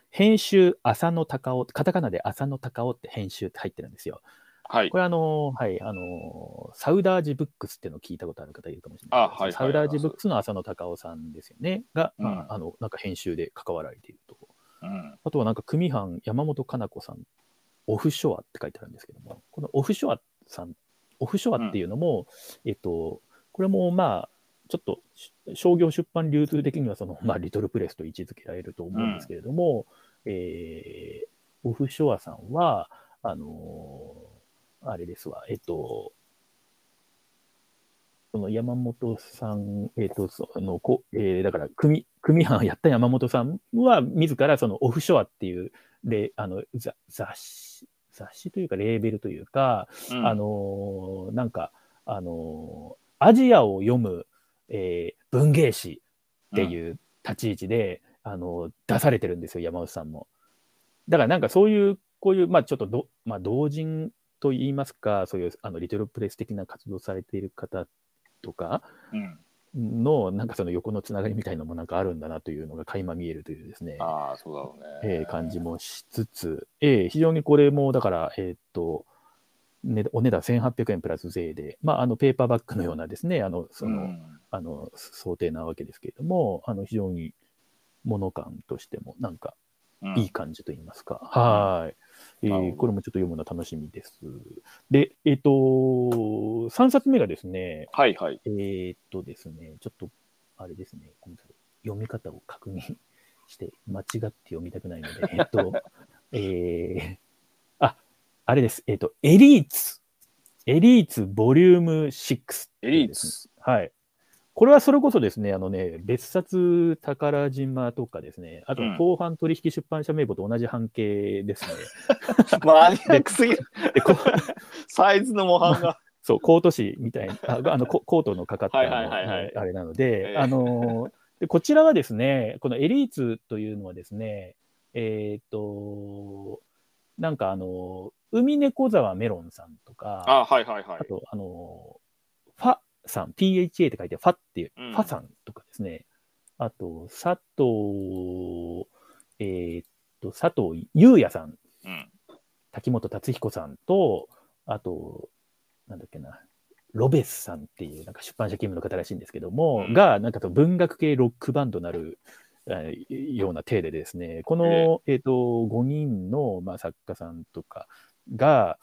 S2: 編集浅野隆夫カタカナで浅野隆夫って編集って入ってるんですよ。
S1: はい
S2: こ。れあの、はい、あの、サウダージブックスっていうのを聞いたことある方いるかもしれないですけど
S1: あはい
S2: サウダージブックスの浅野隆夫さんですよね、が、
S1: うん
S2: まあ、あの、なんか編集で関わられていると。
S1: うん。
S2: あとはなんか、組版山本かな子さん、オフショアって書いてあるんですけども、このオフショアさん、オフショアっていうのも、えっと、これもまあ、ちょっとし商業出版流通的にはその、まあ、リトルプレスと位置づけられると思うんですけれども、えーオフショアさんは、あのーあれですわ、えっと、その山本さん、えっと、その、こえーだから、組、組班を やった山本さんは、自らそのオフショアっていう、で、あの、ざ雑誌、雑誌というか、レーベルというか、
S1: うん
S2: あ、のーなんか、あのーアジアを読む、えー文芸誌っていう立ち位置で、あのー出されてるんですよ、山本さんも。だからなんかそういう、こういう、まあちょっとど、まあ同人といいますか、そういう、あの、リトルプレス的な活動されている方とか
S1: うん。
S2: の、なんかその横のつながりみたいのもなんかあるんだなというのが垣間見えるというですね。
S1: ああ、そうだろうね。
S2: えー感じもしつつ、えー非常にこれも、だから、えーっと、ね、お値段1800円プラス税で、まあ、あのペーパーバッグのようなですね、あのその
S1: うん
S2: あの想定なわけですけれども、あの非常に物感としても、なんか
S1: うん
S2: いい感じといいますか、はーい。え
S1: なるほ
S2: ー
S1: ど
S2: これもちょっと読むの楽しみです。で、えーっと、3冊目がですね、
S1: はい はい。
S2: えーっとですね、ちょっと、あれですね、ごめんなさい読み方を確認して、間違って読みたくな いので、えーっと、えー、あ、あれです、えーっと、エリーツ、エリーツボリューム6、
S1: エリー。ツ。
S2: はい。これはそれこそですね、あのね、別冊宝島とかですね、あと
S1: うん
S2: 後半取引出版社名簿と同じ半径ですね。
S1: マニアックすぎる。
S2: でこう
S1: サイズの模範が。
S2: そう、コート紙みたいな、ああのココートのかかったあ
S1: は
S2: の
S1: いはいはいはい
S2: はいあれなので、
S1: ええ
S2: あのでこちらはですね、このエリーツというのはですね、えーっ、と、なんかあの、海猫沢メロンさんとか、あ
S1: あはいはいはい。
S2: と、あの、ファさん、PHA って書いてファっていう、
S1: うん
S2: ファさんとかですね、あと、佐藤、えーっ、と、佐藤優也さん
S1: うん。
S2: 滝本達彦さんと、あと、なんだっけな、ロベスさんっていうなんか出版社勤務の方らしいんですけども、
S1: うん
S2: が、なんかと文学系ロックバンドなる、えーような体でですね、この、えー、と5人の、まあ、作家さんとかが、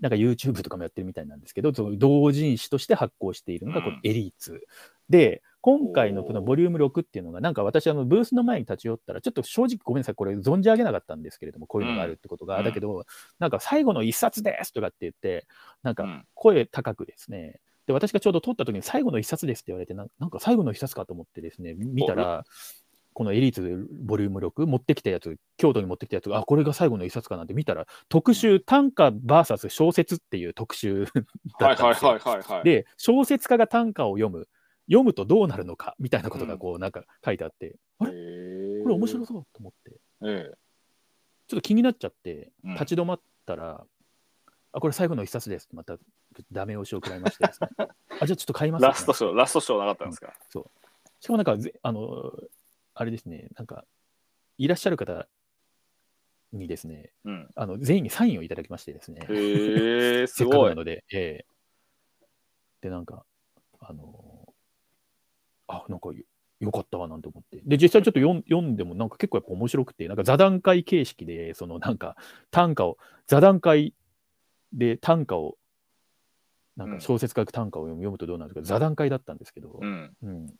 S2: なんか YouTube とかもやってるみたいなんですけど、その同人誌として発行しているのがこの
S1: うん
S2: エリーツ。で、今回のこのボリューム6っていうのが、なんか私、あのブースの前に立ち寄ったら、ちょっと正直ごめんなさい、これ存じ上げなかったんですけれども、こういうのがあるってことが、
S1: うん
S2: だけど、なんか最後の一冊ですとかって言って、なん
S1: う
S2: か
S1: ん
S2: 声高くですね、で、私がちょうど撮った時に最後の一冊ですって言われて、なんなんか最後の一冊かと思ってですね、見たら、このエリーツボリューム6持ってきたやつ、京都に持ってきたやつが、あ、これが最後の一冊かなんて見たら、特集、短歌 VS 小説っていう特集 だ
S1: はい
S2: った
S1: は
S2: ん
S1: い
S2: ですよ。
S1: はいはいはい。
S2: で、小説家が短歌を読む、読むとどうなるのかみたいなことがこう、なんか書いてあって、あれ
S1: れ
S2: これ面白そうと思って、
S1: え
S2: ちょっと気になっちゃって
S1: うん、
S2: 立ち止まったら、あ、これ最後の一冊ですって、またダメ押しを食らいまし てですね、あ、じゃあちょっと買い
S1: え
S2: ます、ね。
S1: ラストショー、ラストショーなかったんですか。
S2: しかもなんかぜ、あの、あれですね、なんか、いらっしゃる方、にですね、
S1: うん。
S2: あの全員にサインをいただきましてですね、
S1: へえ、す
S2: せっかく
S1: ご。
S2: ないので、ええで、なんか、あのあ、なんかよよかったわなんて思って。で、実際ちょっと読ん読んでも、なんか結構やっぱ面白くて、なんか座談会形式で、そのなんか短歌を、座談会で短歌を、なん
S1: うん
S2: か小説家が短歌を読む読むとどうなるんですか、座談会だったんですけど
S1: う、ん。
S2: うん、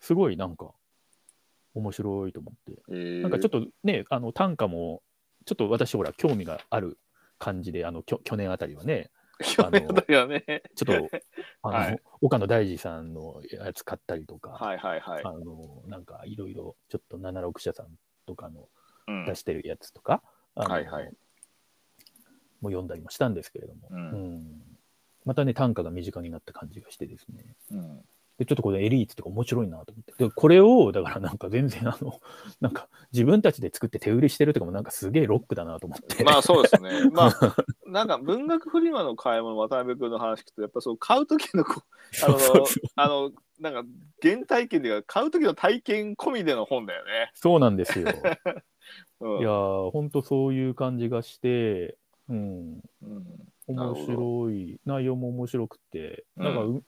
S2: すごいなんか面白いと思って。
S1: な
S2: なんかちょっとね、あの短歌も、ちょっと私、ほら、興味がある感じで、あのきょ去年あたりはね、
S1: と
S2: あの
S1: だよね。
S2: ちょっとあの、
S1: はい
S2: 岡野大二さんのやつ買ったりとか、
S1: はいはいはい
S2: あ。のなんかいろいろ、ちょっと76社さんとかの
S1: うん
S2: 出してるやつとか、あの
S1: はいはい
S2: もう読んだりもしたんですけれども、
S1: うん
S2: うんまたね、短歌が身近になった感じがしてですね。
S1: うん
S2: で、ちょっとこれエリートとか面白いなと思って。で、これを、だからなんか全然あの、 なんか自分たちで作って手売りしてるとかもなんかすげえロックだなと思って。
S1: まあそうですね。ま あ、なんか文学フリマの買い物、渡辺君の話聞くと、やっぱそう買う時のこう、あ
S2: そうそう
S1: の
S2: そう、
S1: あの、なんか原体験というか、買う時の体験込みでの本だよね。
S2: そうなんで すよ。いうやー、ほんとそういう感じがして、うん、
S1: んうんなるほど
S2: 面白い、内容も面白くて、
S1: うん
S2: なんかう、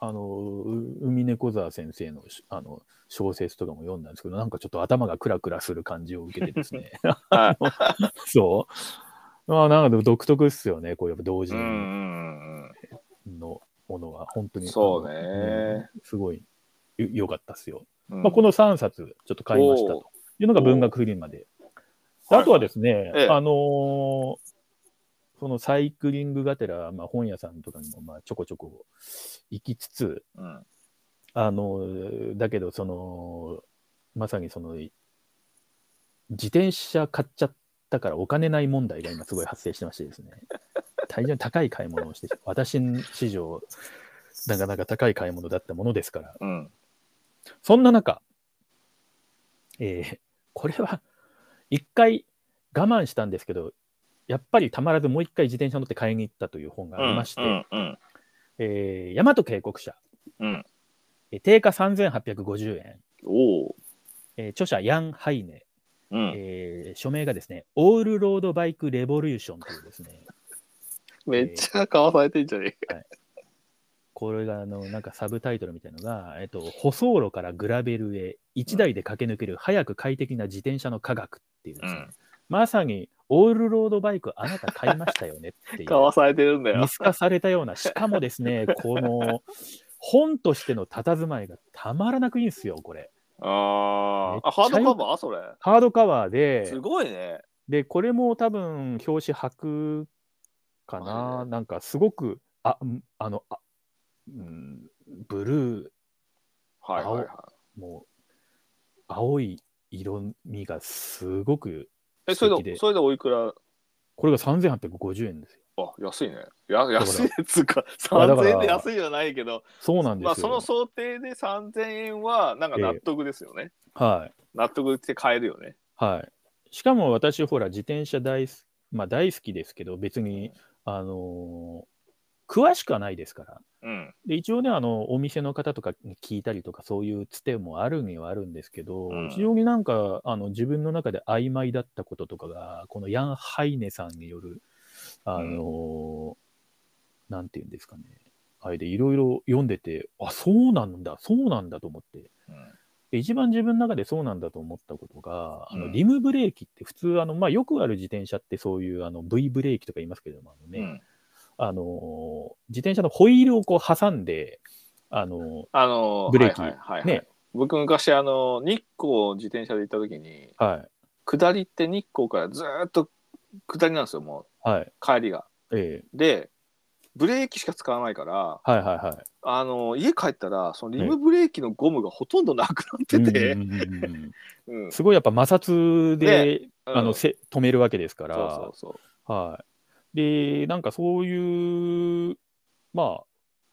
S2: あの、う海猫沢先生のしあの小説とかも読んだんですけど、なんかちょっと頭がクラクラする感じを受けてです ね。
S1: はい
S2: そう。まあ、なんかでも独特っすよね、こうやっぱ同時
S1: う
S2: に。
S1: んうん
S2: のものは本当
S1: うん。
S2: に
S1: そうね
S2: あのうん。すごいよ良かったですよ、
S1: うん
S2: まあ、この3冊ちょっと買いました
S1: おー
S2: というのが文学フリマでで
S1: はい
S2: あとはですね、
S1: ええ
S2: あのーそのサイクリングがてら、まあ、本屋さんとかにもまあちょこちょこ行きつつ
S1: うん
S2: あのーだけどそのまさにその自転車買っちゃったからお金ない問題が今すごい発生してまし てですね大変高い買い物をして私史上なかなか高い買い物だったものですから
S1: うん。
S2: そんな中、えーこれは一回我慢したんですけどやっぱりたまらずもう一回自転車乗って買いに行ったという本がありまして、
S1: うんうん
S2: えー大和警告者、
S1: うん。
S2: えー定価3850円、
S1: おお。
S2: えー著者ヤン・ハイネ
S1: うん。
S2: えー署名がですね、オールロードバイクレボリューションというですね、
S1: めっちゃ買わされてんじゃね
S2: これがあのなんかサブタイトルみたいのが、えっと、舗装路からグラベルへ、一台で駆け抜ける早く快適な自転車の科学っていうですね
S1: うん
S2: まさにオールロードバイクあなた買いましたよねってい
S1: え
S2: う
S1: か、わされてるんだよ
S2: 見。透かされたような、しかもで すね、この本としての佇まいがたまらなくいいんですよ、これ。
S1: ああ。あ、
S2: め
S1: ハ
S2: っ
S1: ー
S2: ちゃ
S1: ド
S2: よ
S1: カバーそれ。
S2: ハードカバーです
S1: ごいね。
S2: で、これも多分表紙白か
S1: は
S2: な、
S1: い
S2: なんかすごく、あ、んあの、あうん、ブル
S1: はいはいはい。
S2: ーも青い色味がすごく、
S1: え、そ
S2: 素
S1: れ
S2: 敵
S1: で、
S2: で
S1: それでおいくら
S2: これが3850円ですよ。
S1: あ、安いね。や安いっつうか、
S2: まあだか
S1: 3000
S2: ら
S1: 円で安いじゃないけど、
S2: そうなんで
S1: まあ
S2: す
S1: そ
S2: よ。
S1: の想定で3000円は、なんか納得ですよね。
S2: はい。
S1: 納得して買えるよね。
S2: はい。しかも私、ほら、自転車大好き、まあ大好きですけど、別に、あのー詳しくはないですから。
S1: うん。
S2: で一応ねあのお店の方とかに聞いたりとかそういうつてもあるにはあるんですけど、
S1: うん
S2: 非常になんかあの自分の中で曖昧だったこととかがこのヤン・ハイネさんによるあの、なんていうんですかねあれでいろいろ読んでてあそうなんだそうなんだと思ってで一番自分の中でそうなんだと思ったことが、あ
S1: うん
S2: のリムブレーキって普通あの、まあ、よくある自転車ってそういうあの V ブレーキとか言いますけれどもあの、
S1: う
S2: ね
S1: ん。うん
S2: あのー自転車のホイールをこう挟んで、あの
S1: あの、
S2: ブレーキ
S1: はいはいはいはい、
S2: ね
S1: 僕昔、あの、日光自転車で行った時に、
S2: ーはい、
S1: 下りって日光からずーっと下りなんですよ、も
S2: はい、
S1: う、帰りが。
S2: ええ
S1: で、ブレーキしか使わないから、
S2: はいはいはい。
S1: あの、家帰ったら、そのリムブレーキのゴムがほとんどなくなってて、
S2: うんうんうんうん
S1: うん。
S2: すごいやっぱ摩擦で、あ
S1: う
S2: の
S1: ん
S2: せ止めるわけですから、
S1: そうそうそう。
S2: はい。で、なんかそういう、まあ、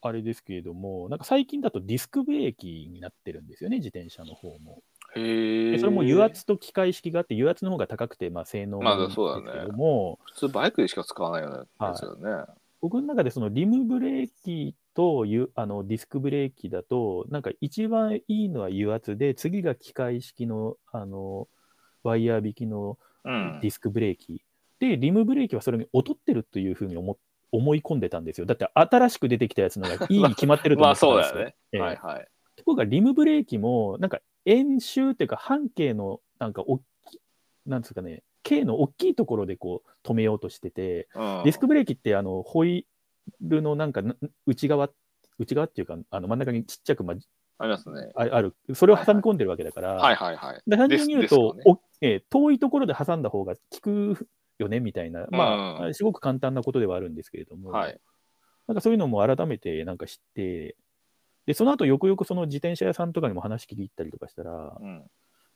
S2: あれですけれども、なんか最近だとディスクブレーキになってるんですよね、自転車の方も。
S1: へ
S2: で
S1: え。
S2: それも油圧と機械式があって、油圧の方が高くて、まあ、性能
S1: まあ
S2: もいいんです
S1: そうだね
S2: けれども、
S1: 普通バイクでしか使わないようなやつだよね。
S2: 僕の中でそのリムブレーキとゆあのディスクブレーキだと、なんか一番いいのは油圧で、次が機械式のあのワイヤー引きの
S1: うん
S2: ディスクブレーキ。で、リムブレーキはそれに劣ってるというふうに思思い込んでたんですよ。だって新しく出てきたやつのがいいに決まってると
S1: ま
S2: 思
S1: あ
S2: ってた
S1: そ
S2: ん
S1: う
S2: で
S1: だよね。
S2: すええ
S1: はいはい。
S2: ところがリムブレーキも、なんか円周っていうか半径のなんか大きい、なんですかね、径の大きいところでこう止めようとしてて、
S1: うん
S2: ディスクブレーキってあのホイールのなんかな内側、内側っていうか、あの真ん中にちっちゃく、ま
S1: ありますね。
S2: あ、ある、それを挟み込んでるわけだから、
S1: はいはいはい。
S2: で単純に言う
S1: で
S2: と、
S1: すです
S2: おえー遠いところで挟んだ方が効くよねみたいな、ま
S1: う
S2: あ、すごく簡単なことではあるんですけれども、
S1: はい。
S2: なんかそういうのも改めてなんか知って、でその後よくよくその自転車屋さんとかにも話聞いたりとかしたら、
S1: うん、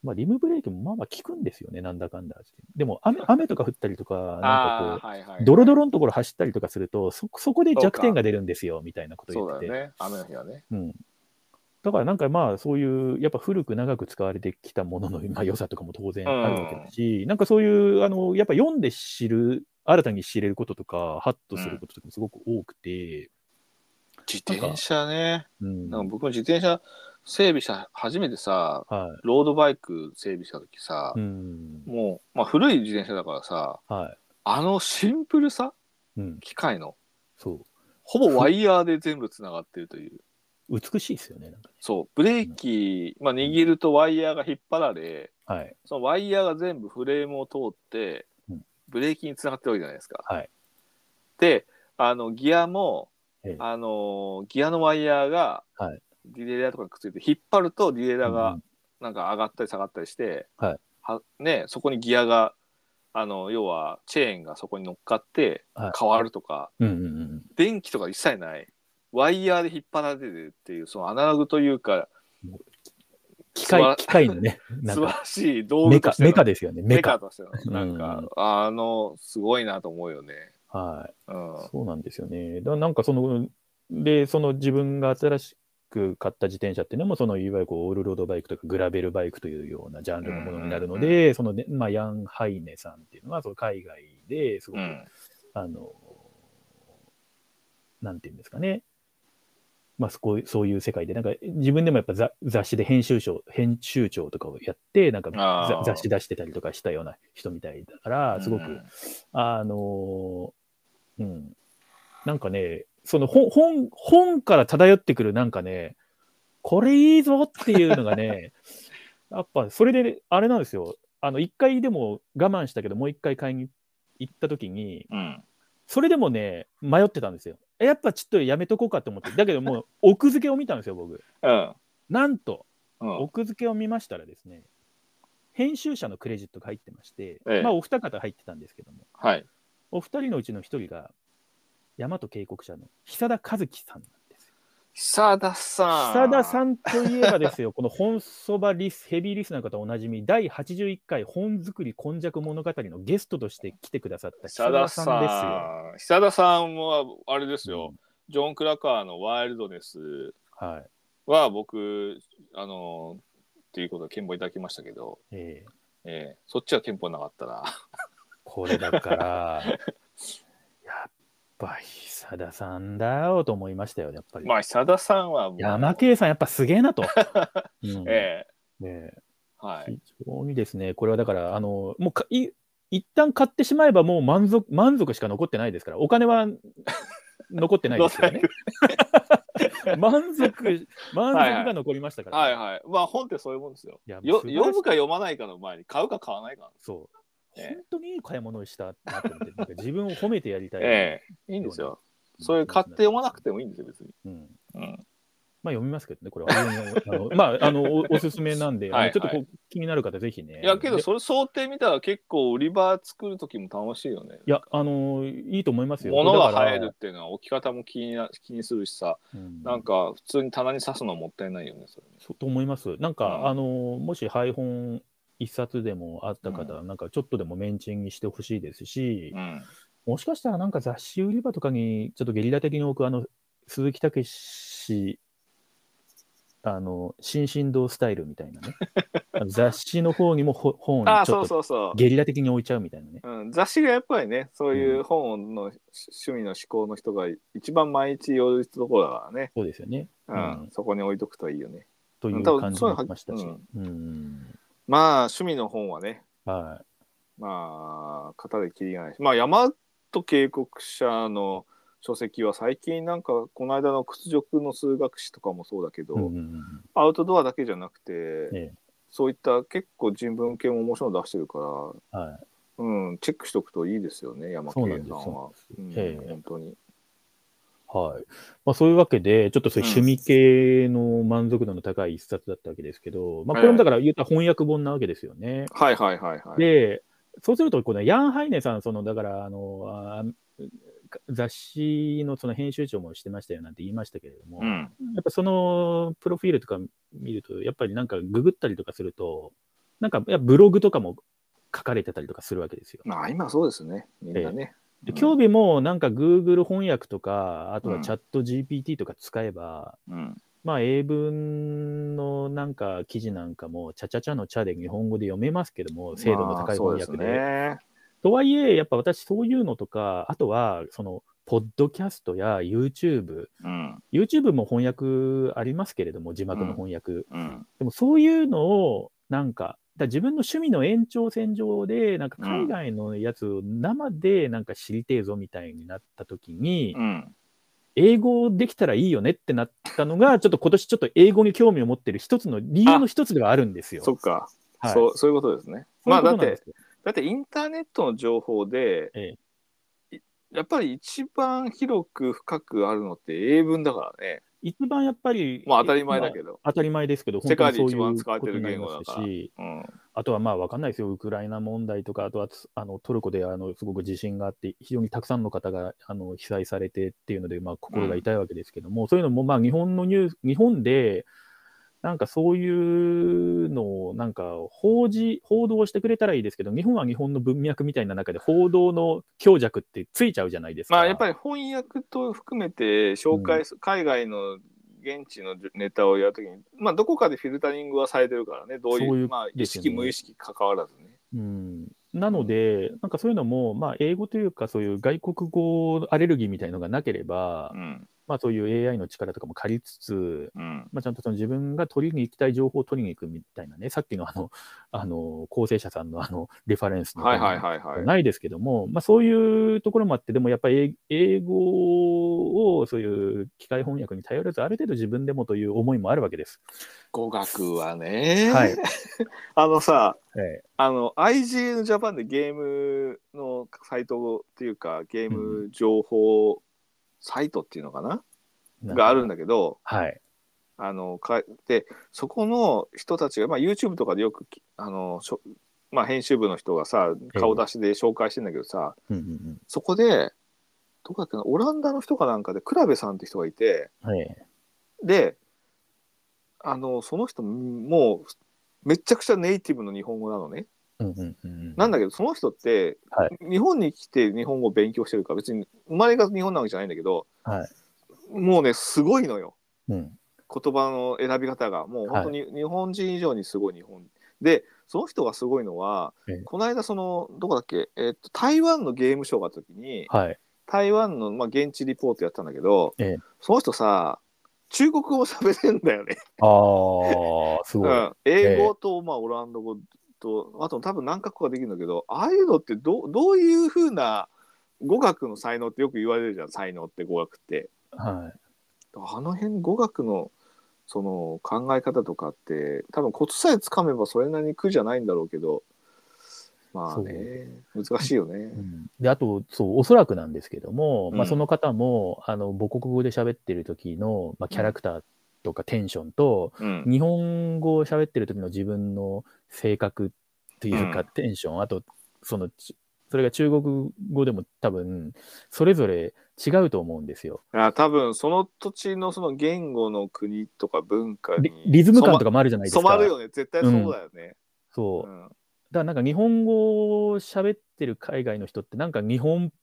S2: まあ、リムブレーキもまあまあ効くんですよね、なんだかんだ。でも雨雨とか降ったりとか、なん
S1: あ
S2: か
S1: あ、はいは
S2: こう、
S1: い。
S2: ドロドロのところ走ったりとかすると、そそこで弱点が出るんですよみたいなこと
S1: そ
S2: 言
S1: うだ
S2: ってて
S1: よ。ね。雨の日はね。
S2: うん、だからなんかまあそういうやっぱ古く長く使われてきたもののまあ良さとかも当然あるわけだし、なんかそういうあのやっぱ読んで知る新たに知れることとかハッとすることとかもすごく多くて、
S1: 自転車ね。
S2: うん
S1: なんか僕も自転車整備した初めてさ、
S2: は
S1: ロードバイク整備した時さ
S2: い、、うん
S1: もう、まあ、古い自転車だからさ、
S2: は
S1: あのシンプルさ、
S2: いうん、
S1: 機械の、
S2: そ
S1: ほぼワイヤーで全部つながってるという。
S2: う美しいですよねなんかね、
S1: そう、ブレーキ、まあ、握るとワイヤーが引っ張られ、
S2: はい、
S1: そのワイヤーが全部フレームを通って
S2: うん、
S1: ブレーキにつながってるわけじゃないですか。
S2: はい
S1: で、あの、ギアも
S2: ええ、
S1: あの、ギアのワイヤーが
S2: はい、
S1: ディレイラーとかにくっついて、引っ張るとディレイラー
S2: う
S1: が
S2: ん
S1: なんか上がったり下がったりして、
S2: はい
S1: はね、そこにギアが、あの、要はチェーンがそこに乗っかって
S2: はい
S1: 変わるとか、
S2: うんうんうん
S1: 電気とか一切ない。ワイヤーで引っ張られてるっていう、そのアナログというか、
S2: 機
S1: 素晴
S2: 械
S1: ら
S2: 機械のねなん
S1: 素晴
S2: から
S1: しい道
S2: メ
S1: 具
S2: カ
S1: としての
S2: メカですよねメ
S1: メカ
S2: カ
S1: としての、なんか、あの、すごいなと思うよね。
S2: はい
S1: うん。
S2: そうなんですよね。だなんかその、で、その自分が新しく買った自転車っていうのも、そのいわゆるこうオールロードバイクとかグラベルバイクというようなジャンルのものになるの
S1: うん
S2: で、そのね、まあ、ヤン・ハイネさんっていうのは、その海外ですご
S1: う
S2: く、
S1: ん。
S2: あの、なんていうんですかね。まあ、そこそういう世界で、なんか自分でもやっぱ雑雑誌で編集長、編集長とかをやって、なんか
S1: あー
S2: 雑雑誌出してたりとかしたような人みたいだから、すごく、
S1: うん
S2: あのーうん。なんかね、その本、本、本から漂ってくるなんかね、これいいぞっていうの がね、やっぱそれで、あれなんですよ。あの、一回でも我慢したけど、もう一回買いに行った時に、
S1: うん。
S2: それでもね、迷ってたんですよ。えやっぱちょっとやめとこうかと思って。だけどもう、 奥付けを見たんですよ、僕。
S1: うん。
S2: なんと、
S1: うん。
S2: 奥付けを見ましたらですね、編集者のクレジットが入ってまして、
S1: ええ
S2: まあ、お二方入ってたんですけども、
S1: はい。
S2: お二人のうちの一人が、大和警告者の久田和樹さんなんですよ。
S1: 久田さん。
S2: 久田さ
S1: ん。
S2: んといえばですよ、この本そばリス、ヘビーリスナーの方おなじみ、第81回本作り今昔物語のゲストとして来てくださった
S1: 久
S2: 久
S1: 田
S2: 田さんですよ。
S1: さん。久田さんは、あれですよ
S2: う。
S1: ジョン・クラカーのワイルドネス
S2: はい。
S1: は僕、あの、っていうことで憲法いただきましたけど、
S2: ええ
S1: ええそっちは憲法なかったな。
S2: これだから、やっぱ久田さんだよと思いましたよ、やっぱり。
S1: まあ、久田さんはもう。
S2: 山圭さんやっぱすげえな と。うん
S1: ええ
S2: ねえ
S1: はい。
S2: 非常にですね、これはだから、あのもうかい一旦買ってしまえば、もう満足満足しか残ってないですから、お 金は残ってないですよね。満足、満足が残りましたから、
S1: はいはい。まあ、本ってそういうもんですよ。
S2: いやもう
S1: よ
S2: 素晴らしい
S1: 読むか読まないかの前に、買うか買わないかなんです
S2: そう
S1: ええ
S2: 本当にいい買い物をしたなと思って、なんか自分を褒めてやりたい。
S1: ええいいんですよ。それ買って読まなくてもいいんですよ、別に。
S2: うん
S1: うん。
S2: まあ読みますけどね、これは。あの まあ、あのおおすすめなんで、あの
S1: はいはい
S2: ちょっとこう気になる方、ぜひね。
S1: いや、けど、
S2: で
S1: それ想定見たら結構売り場作る時も楽しいよね。
S2: いや、あのいいと思いますよ。
S1: 物が
S2: だから
S1: 入るっ、ていうのは置き方も気にな気にするしさ、
S2: う
S1: なんか普通に棚に刺すのはもったいないよね、それね。
S2: そうと思います。なん
S1: う
S2: か、
S1: ん
S2: あのもし配本一冊でもあった方、
S1: う
S2: なんかちょっとでもメンチンにしてほしいですし、
S1: うん。
S2: もしかしたらなんか雑誌売り場とかにちょっとゲリラ的に置くあの鈴木武史あの新進堂スタイルみた いなねあの雑誌の方にもほ本を
S1: ああ、
S2: ち
S1: そ
S2: ょ
S1: う
S2: っと
S1: そうそ
S2: ゲリラ的に置いちゃうみたいなね。
S1: う。うん、雑誌がやっぱりね、そういううん本の趣味の思考の人が一番毎日寄るところだからね、
S2: そうですよね。
S1: うん
S2: うん
S1: そこに置いとくといいよね。
S2: という
S1: 多分
S2: 感じ
S1: そういう
S2: も
S1: の
S2: しましたし。
S1: うん
S2: うん
S1: まあ、趣味の本はね、
S2: は
S1: まあ、型で切りがないし、まあ、山と警告者の書籍は最近なんか、この間の屈辱の数学史とかもそうだけど、
S2: うんうんうん
S1: アウトドアだけじゃなくて、
S2: え
S1: そういった結構人文系も面白いの出してるか
S2: はい、
S1: ら、うん、チェックしとくといいですよね、山系さんは。うん
S2: ですよええ
S1: 本当に。
S2: はいまあ、そういうわけで、ちょっとそういう趣味系の満足度の高い一冊だったわけですけど、まあ、これもだから言ったら翻訳本なわけですよね。
S1: はいはいはいはい。
S2: で、そうするとこのヤン・ハイネさん、そのだからあのあ雑誌のその編集長もしてましたよなんて言いましたけれども、
S1: う
S2: や
S1: ん、
S2: っぱそのプロフィールとか見ると、やっぱりなんかググったりとかすると、なんかやっぱブログとかも書かれてたりとかするわけですよ。
S1: まあ、今そうですね、みんなね。
S2: で
S1: うん
S2: 興味もなんか Google 翻訳とか、あと
S1: う
S2: は
S1: ん
S2: チャット GPT とか使えば、
S1: うん
S2: まあ英文のなんか記事なんかも、ちゃちゃちゃのちゃで日本語で読めますけども、精度の高い翻訳で。
S1: まあそうですね。
S2: とはいえ、やっぱ私そういうのとか、あとはその、ポッドキャストや YouTube、
S1: うん、
S2: YouTube も翻訳ありますけれども、字幕の翻訳。
S1: うん、
S2: でもそういうのを、なんか、だから自分の趣味の延長線上で、なんか海外のやつを生でなんか知りてえぞみたいになった時に、
S1: うん。
S2: 英語できたらいいよねってなったのが、ち ょっと今年ちょっと英語に興味を持ってる一つの理由の一つではあるんですよ。
S1: そっか、
S2: はい
S1: そう、そういうことですね。
S2: そう
S1: ま
S2: いう
S1: あ、だ
S2: こと
S1: っ
S2: なんで
S1: て
S2: す、よ
S1: だってインターネットの情報で、
S2: え
S1: いやっぱり一番広く深くあるのって英文だからね。
S2: 一番やっぱり、
S1: まあ当たり前だけど。
S2: 当たり前ですけど、
S1: 世界で
S2: 本当にそう
S1: 一
S2: いう
S1: 番使われてる言語だから
S2: ことになりますし、
S1: うん。
S2: あとはまあ分かんないですよ、ウクライナ問題とか、あとはつあのトルコであのすごく地震があって、非常にたくさんの方があの被災されてっていうので、まあ、心が痛いわけですけども、そういうのもまあ日本のニュース、日本で、なんかそういうのをなんか報じ、報道してくれたらいいですけど、日本は日本の文脈みたいな中で、報道の強弱ってついちゃうじゃないですか。
S1: まあやっぱり翻訳と含めて紹介す、海外の現地のネタをやるときに、まあどこかでフィルタリングはされてるからね、どういう、
S2: そういう
S1: まあ意
S2: ですよね
S1: 識無意識関わらずね。
S2: うんなので、なんかそういうのも、まあ、英語というか、そういう外国語アレルギーみたいのがなければ
S1: う、ん。
S2: まあ、そういう AI の力とかも借りつつ、
S1: うん。
S2: まあ、ちゃんとその自分が取りに行きたい情報を取りに行くみたいなね、さっきのあの、あの、構成者さんのあの、レファレンスの
S1: はいはいはいはい。
S2: ないですけども、まあ、そういうところもあって、でもやっぱり英英語をそういう機械翻訳に頼らず、ある程度自分でもという思いもあるわけです。
S1: 語学はね、
S2: はい
S1: あのさ、
S2: え
S1: あの IGN ジャパンでゲームのサイトっていうかゲーム情報サイトっていうのかな、
S2: え
S1: があるんだけど
S2: はい。
S1: あのかでそこの人たちが、まあ、YouTube とかでよくきあのしょ、まあ、編集部の人がさ顔出しで紹介してんだけどさ、
S2: うんうん
S1: そこでどこだっけなオランダの人かなんかでクラベさんって人がいて
S2: うん。はい。
S1: であのその人もうめちゃくちゃネイティブの日本語なのね。
S2: うんうんうん。
S1: なんだけど、その人って、
S2: はい
S1: 日本に来て日本語を勉強してるから、別に生まれが日本なわけじゃないんだけど、
S2: はい
S1: もうね、すごいのよ。
S2: うん。
S1: 言葉の選び方が。もう本当に日本人以上にすごい日本。で、その人がすごいのは
S2: ええ、
S1: この間、その、どこだっけ、えっと、台湾のゲームショーがあった時に、
S2: はい。
S1: 台湾の、まあ、現地リポートやったんだけど、
S2: ええ
S1: その人さ、中国語を喋れんだよね。
S2: ああ、すごい。
S1: うん、英語と、まあ、オランダ語とあと多分何カ国かできるんだけどああいうのってどどういうふうな語学の才能ってよく言われるじゃん才能って語学って。
S2: はい。
S1: あの辺語学のその考え方とかって多分コツさえつかめばそれなりに苦じゃないんだろうけどまあね難しいよね。
S2: で、あと、そう、おそらくなんですけども、ま
S1: う
S2: あ、
S1: ん
S2: その方も、あの、母国語で喋ってる時の、まあ、キャラクターとかテンションと、
S1: うん
S2: 日本語を喋ってる時の自分の性格っていう
S1: う
S2: か、テンション、あと、その、ちそれが中国語でも多分、それぞれ違うと思うんですよ。
S1: あ多分その土地のその言語の国とか文化
S2: リ
S1: に
S2: リズム感とかもあるじゃないですか。
S1: 染まるよね絶対そうだよね。
S2: そう。
S1: うん
S2: だからなんか日本語を喋ってる海外の人ってなんか日本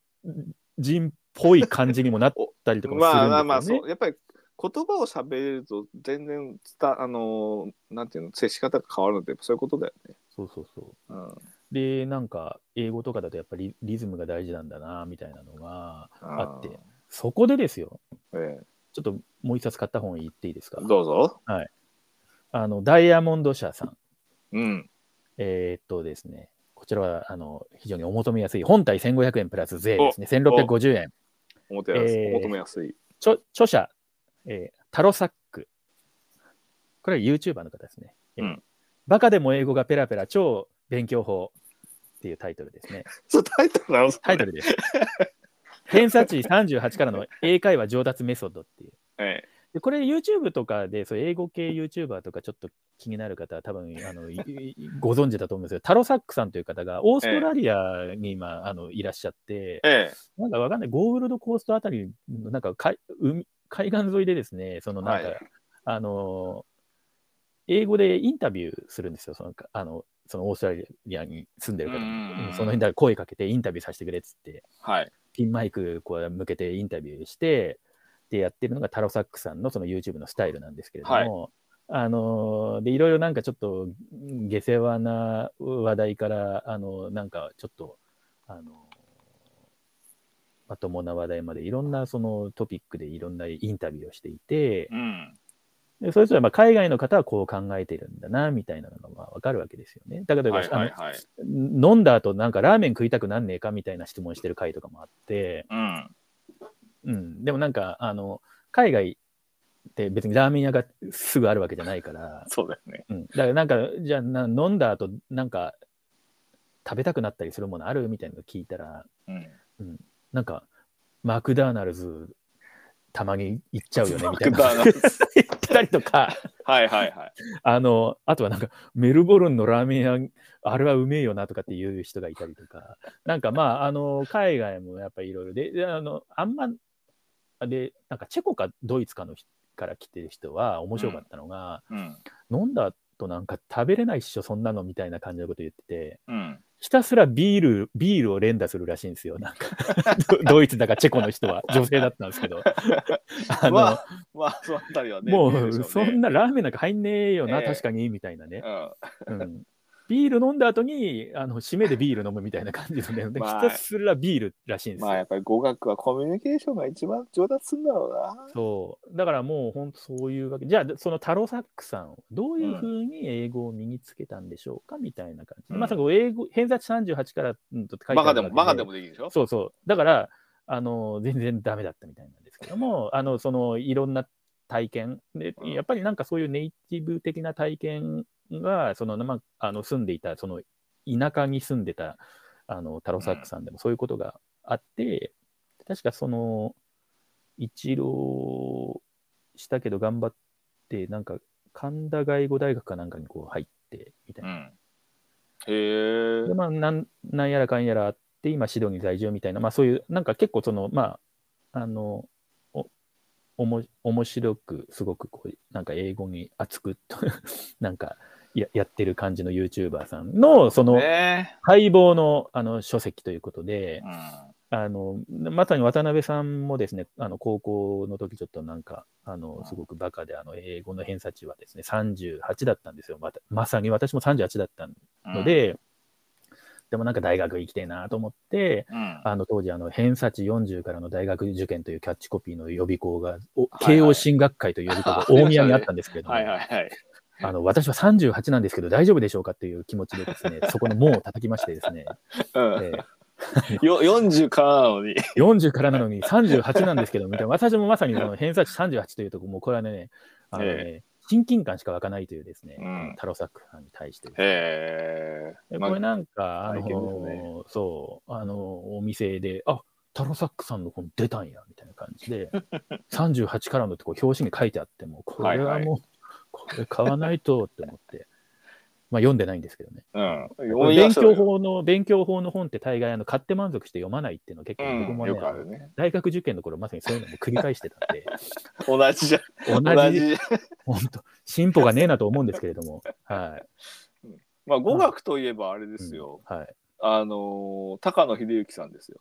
S2: 人っぽい感じにもなったりとかもするんですよ
S1: まあ
S2: ね。
S1: まあまあそうやっぱり言葉を喋れると全然伝あのーなんていうの接し方が変わるのってやっぱそういうことだよね。
S2: そうそうそう。
S1: うん、
S2: でなんか英語とかだとやっぱりリリズムが大事なんだなみたいなのが
S1: あ
S2: あってそこでですよ
S1: ー、え
S2: ちょっともう一冊買った本言っていいですか
S1: え、どうぞ。
S2: あのダイヤモンド社さん
S1: うん。
S2: えーっとですねここちらはあの非常にお求めやすい。本体1500円プラス税ですね。1650円。
S1: お求めやすい
S2: えー
S1: お求めやすい。
S2: 著著者、えータロサック。これは YouTuber の方ですね。
S1: うん
S2: バカでも英語がペラペラ超勉強法っていうタイトルですね。
S1: それタイトルなの
S2: タイトルです。 偏差値38からの英会話上達メソッドっていう。
S1: ええ
S2: でこれ YouTube とかで、そう英語系 YouTuber とかちょっと気になる方は多分 あのいいご存知だと思うんですけど、タロサックさんという方がオーストラリアに今、あのいらっしゃって、
S1: え
S2: なんかわかんない、ゴールドコーストあたりのなんか海海海岸沿いでですね、そのなんか、
S1: はい
S2: あの英語でインタビューするんですよ、そのあのそのオーストラリアに住んで
S1: え
S2: る方に。
S1: うん
S2: その辺だから声かけてインタビューさせてくれっつって、
S1: はい。
S2: ピンマイクこう向けてインタビューして、でやってるのがタロサックさんのその YouTube のスタイルなんですけれども、あのでいろいろなんかちょっと下世話な話題から、あのなんかちょっと、あのまともな話題までいろんなそのトピックでいろんなインタビューをしていて、
S1: うん。
S2: でそれぞれまあ海外の方はこう考えてるんだなみたいなのがまあわかるわけですよね。だから、
S1: はい
S2: あ
S1: は
S2: の
S1: いはい。
S2: 飲んだ後なんかラーメン食いたくなんねえかみたいな質問してる回とかもあって、
S1: うん。
S2: うん、でもなんかあの海外って別にラーメン屋がすぐあるわけじゃないから、
S1: そうだよね。
S2: うん、だからなんかじゃあな飲んだ後なんか食べたくなったりするものあるみたいなの聞いたら
S1: うん。
S2: なんかマクダーナルズたまに行っちゃうよねみたい
S1: マクダ
S2: な
S1: ーナル
S2: 言ったりとか。
S1: はいはいはい。
S2: あの、あとはなんか、メルボルンのラーメン屋、あれはうめえよなとかっていう人がいたりとか、なんかまあ、あの、海外もやっぱりいろいろで、であの、あんま、で、なんかチェコかドイツかの人から来てる人は面白かったのが、
S1: うん。
S2: 飲んだ後なんか食べれないっしょ、そんなのみたいな感じのこと言ってて、
S1: うん。
S2: ひたすらビール、ビールを連打するらしいんですよ、なんか、ド ドイツだかチェコの人は、女性だったんですけど。
S1: ま
S2: あの
S1: あ、まあ、そのあたりはね。
S2: も
S1: 見えるでしょ
S2: う、
S1: ね
S2: そんなラーメンなんか入んねえよな、
S1: ええ
S2: 確かに、みたいなね。
S1: うん。
S2: うんビール飲んだ後にあの締めでビール飲むみたいな感じのね、で
S1: まあ
S2: ひたすらビールらしいんですよ。
S1: まあやっぱり語学はコミュニケーションが一番上達するんだろうな。
S2: そうだからもう本当そういうわけじゃあそのタロサックさんどういうふうに英語を身につけたんでしょうかみたいな感じ、
S1: うん
S2: まさか英語偏差値38から、うん、とって書いて
S1: バ
S2: あ
S1: カ
S2: る
S1: で
S2: わけ
S1: も、バカでもできるでしょ
S2: そうそうだからあの全然ダメだったみたいなんですけどもあのそのいろんな体験で
S1: うん
S2: やっぱりなんかそういうネイティブ的な体験がその、まあ、あの住んでいたその田舎に住んでたあのタロサックさんでもそういうことがあって、確かその一浪したけど頑張ってなんか神田外語大学かなんかにこう入ってみたいな
S1: うん。へえ
S2: で。まあ、なんなんやらかんやらあって、今、シドニー在住みたいな、まあ、そういう、なんか結構、その、まあ、あの、おおも面白く、すごくこう、なんか英語に熱く と、なんかや、やってる感じの YouTuber さんの、その、
S1: ね
S2: 待望のあの書籍ということ
S1: え
S2: で、
S1: うん。
S2: あの、まさに渡辺さんもですね、あの、高校の時ちょっとなんか、あ
S1: う
S2: の
S1: ん、
S2: すごくバカで、あの、英語の偏差値はですね、38だったんですよ。またまさに私も38だったんでので、でもなんか大学行きたいなと思って、
S1: うん、
S2: あの当時、あの偏差値40からの大学受験というキャッチコピーの予備校が、お
S1: はい
S2: 慶応進学会という予備 校が大宮にあったんですけれども、
S1: はいはいはい。
S2: あの私は38なんですけど、大丈夫でしょうかという気持ちでで すね、そこの門を叩きましてですね、
S1: うん。
S2: え
S1: よ40からなのに。
S2: ー40からなのに38なんですけど、みたいな、私もまさにその偏差値38というとこもうこれはね、あのね親近感しか湧かないというですね、
S1: うん
S2: タロサックさんに対してですね
S1: へえ。
S2: えこれなんか、あの
S1: 体験ですね
S2: そう、あの、お店で、あタロサックさんの本出たんや、みたいな感 じで、38からのってこう表紙に書いてあっても、これはもう、
S1: はい
S2: これ買わないとって思って、 まあ読んでないんですけどね。
S1: まうん。思い出
S2: 勉
S1: したの
S2: 強
S1: よ
S2: 法の、勉強法の本って大概、あの、買って満足して読まないっていうのは結構僕
S1: う
S2: も
S1: ん。
S2: ね、
S1: よくあるね。
S2: 大学受験の頃まさにそういうのも繰り返してたん で、
S1: 同じじゃん。
S2: 同
S1: 同じ
S2: じ、
S1: じゃん。
S2: 本当進歩がねえなと思うんですけれども、はい。
S1: まあ語学といえばあれですよ。
S2: うんはい。
S1: あのー、高野秀幸さんですよ。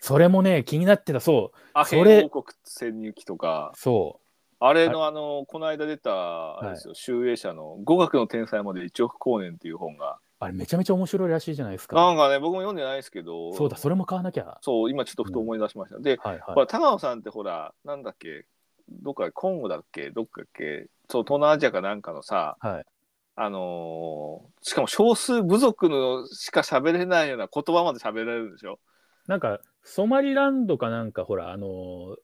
S2: それもね、気になってた、そう、
S1: ア
S2: そ
S1: ヘ
S2: れ
S1: ン王国潜入記とか。
S2: そう。
S1: あれのあのこの間出たあれですよ、集英社の「語学の天才まで1億光年」っていう本が
S2: あれめちゃめちゃ面白いらしいじゃないです
S1: な
S2: か。
S1: んかね僕も読んでないですけど
S2: そうだ、それも買わなきゃ。
S1: そう今ちょっとふと思い出しました、で、
S2: はい
S1: ほ
S2: は
S1: ら高野さんってほらなんだっけどっかコンゴだっけどっかっけそう東南アジアかなんかのさ
S2: い。はい、
S1: あのーしかも少数部族のしか喋れないような言葉まで喋られるんでしょ
S2: なんか、ソマリランドかなんか、ほら、あのー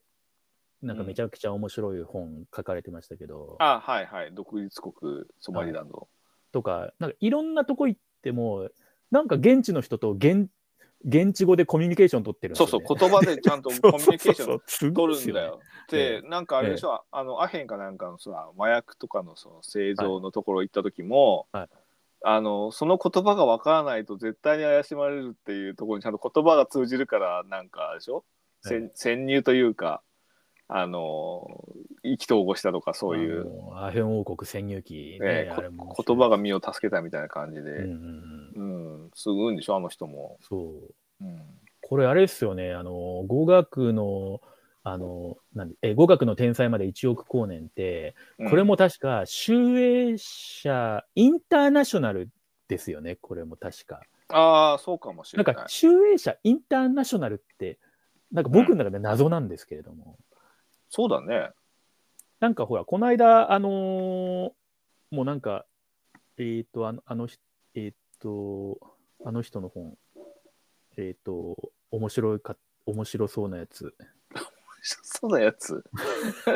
S2: なんかめちゃくちゃ面白い本書かれてましたけど、
S1: あはいはい独立国ソマリランド、
S2: とか、なんかいろんなとこ行っても、なんか現地の人と現現地語でコミュニケーション取ってるんです
S1: そ
S2: よ、
S1: う
S2: ね。
S1: そう言葉でちゃんと コミュニケーション
S2: ン
S1: 取るんだ。よ。
S2: え
S1: で、なんかあれでしょ、あのアヘンかなんかのさ麻薬とかのその製造のところ行った時も、
S2: はい
S1: あのその言葉がわからないと絶対に怪しまれるっていうところにちゃんと言葉が通じるからなんかあれでしょ、せん潜入というかあの意気投合したとかそういう、
S2: あのアヘン王国潜入記、
S1: ね
S2: ねあれも
S1: こ言葉が身を助けたみたいな感じで、
S2: う
S1: うん
S2: んうんうん
S1: すごいんでしょあの人も。
S2: そう。
S1: うん
S2: これあれですよね、あの、語学の、あの、なんえ、語学の天才まで1億光年って、これ、も確か、集英社インターナショナルですよね、これも確か。
S1: うんああそうかもしれ
S2: なん
S1: ない。
S2: か、集英社インターナショナルって、なんか僕の中で謎なんですけれども、
S1: そうだね。
S2: なんかほら、この間、あのーもうなんか、えっ、と、あの、あの人、えっ、と、あの人の本、えっ、と、面白いか、面白そうなやつ。
S1: そうなやつ。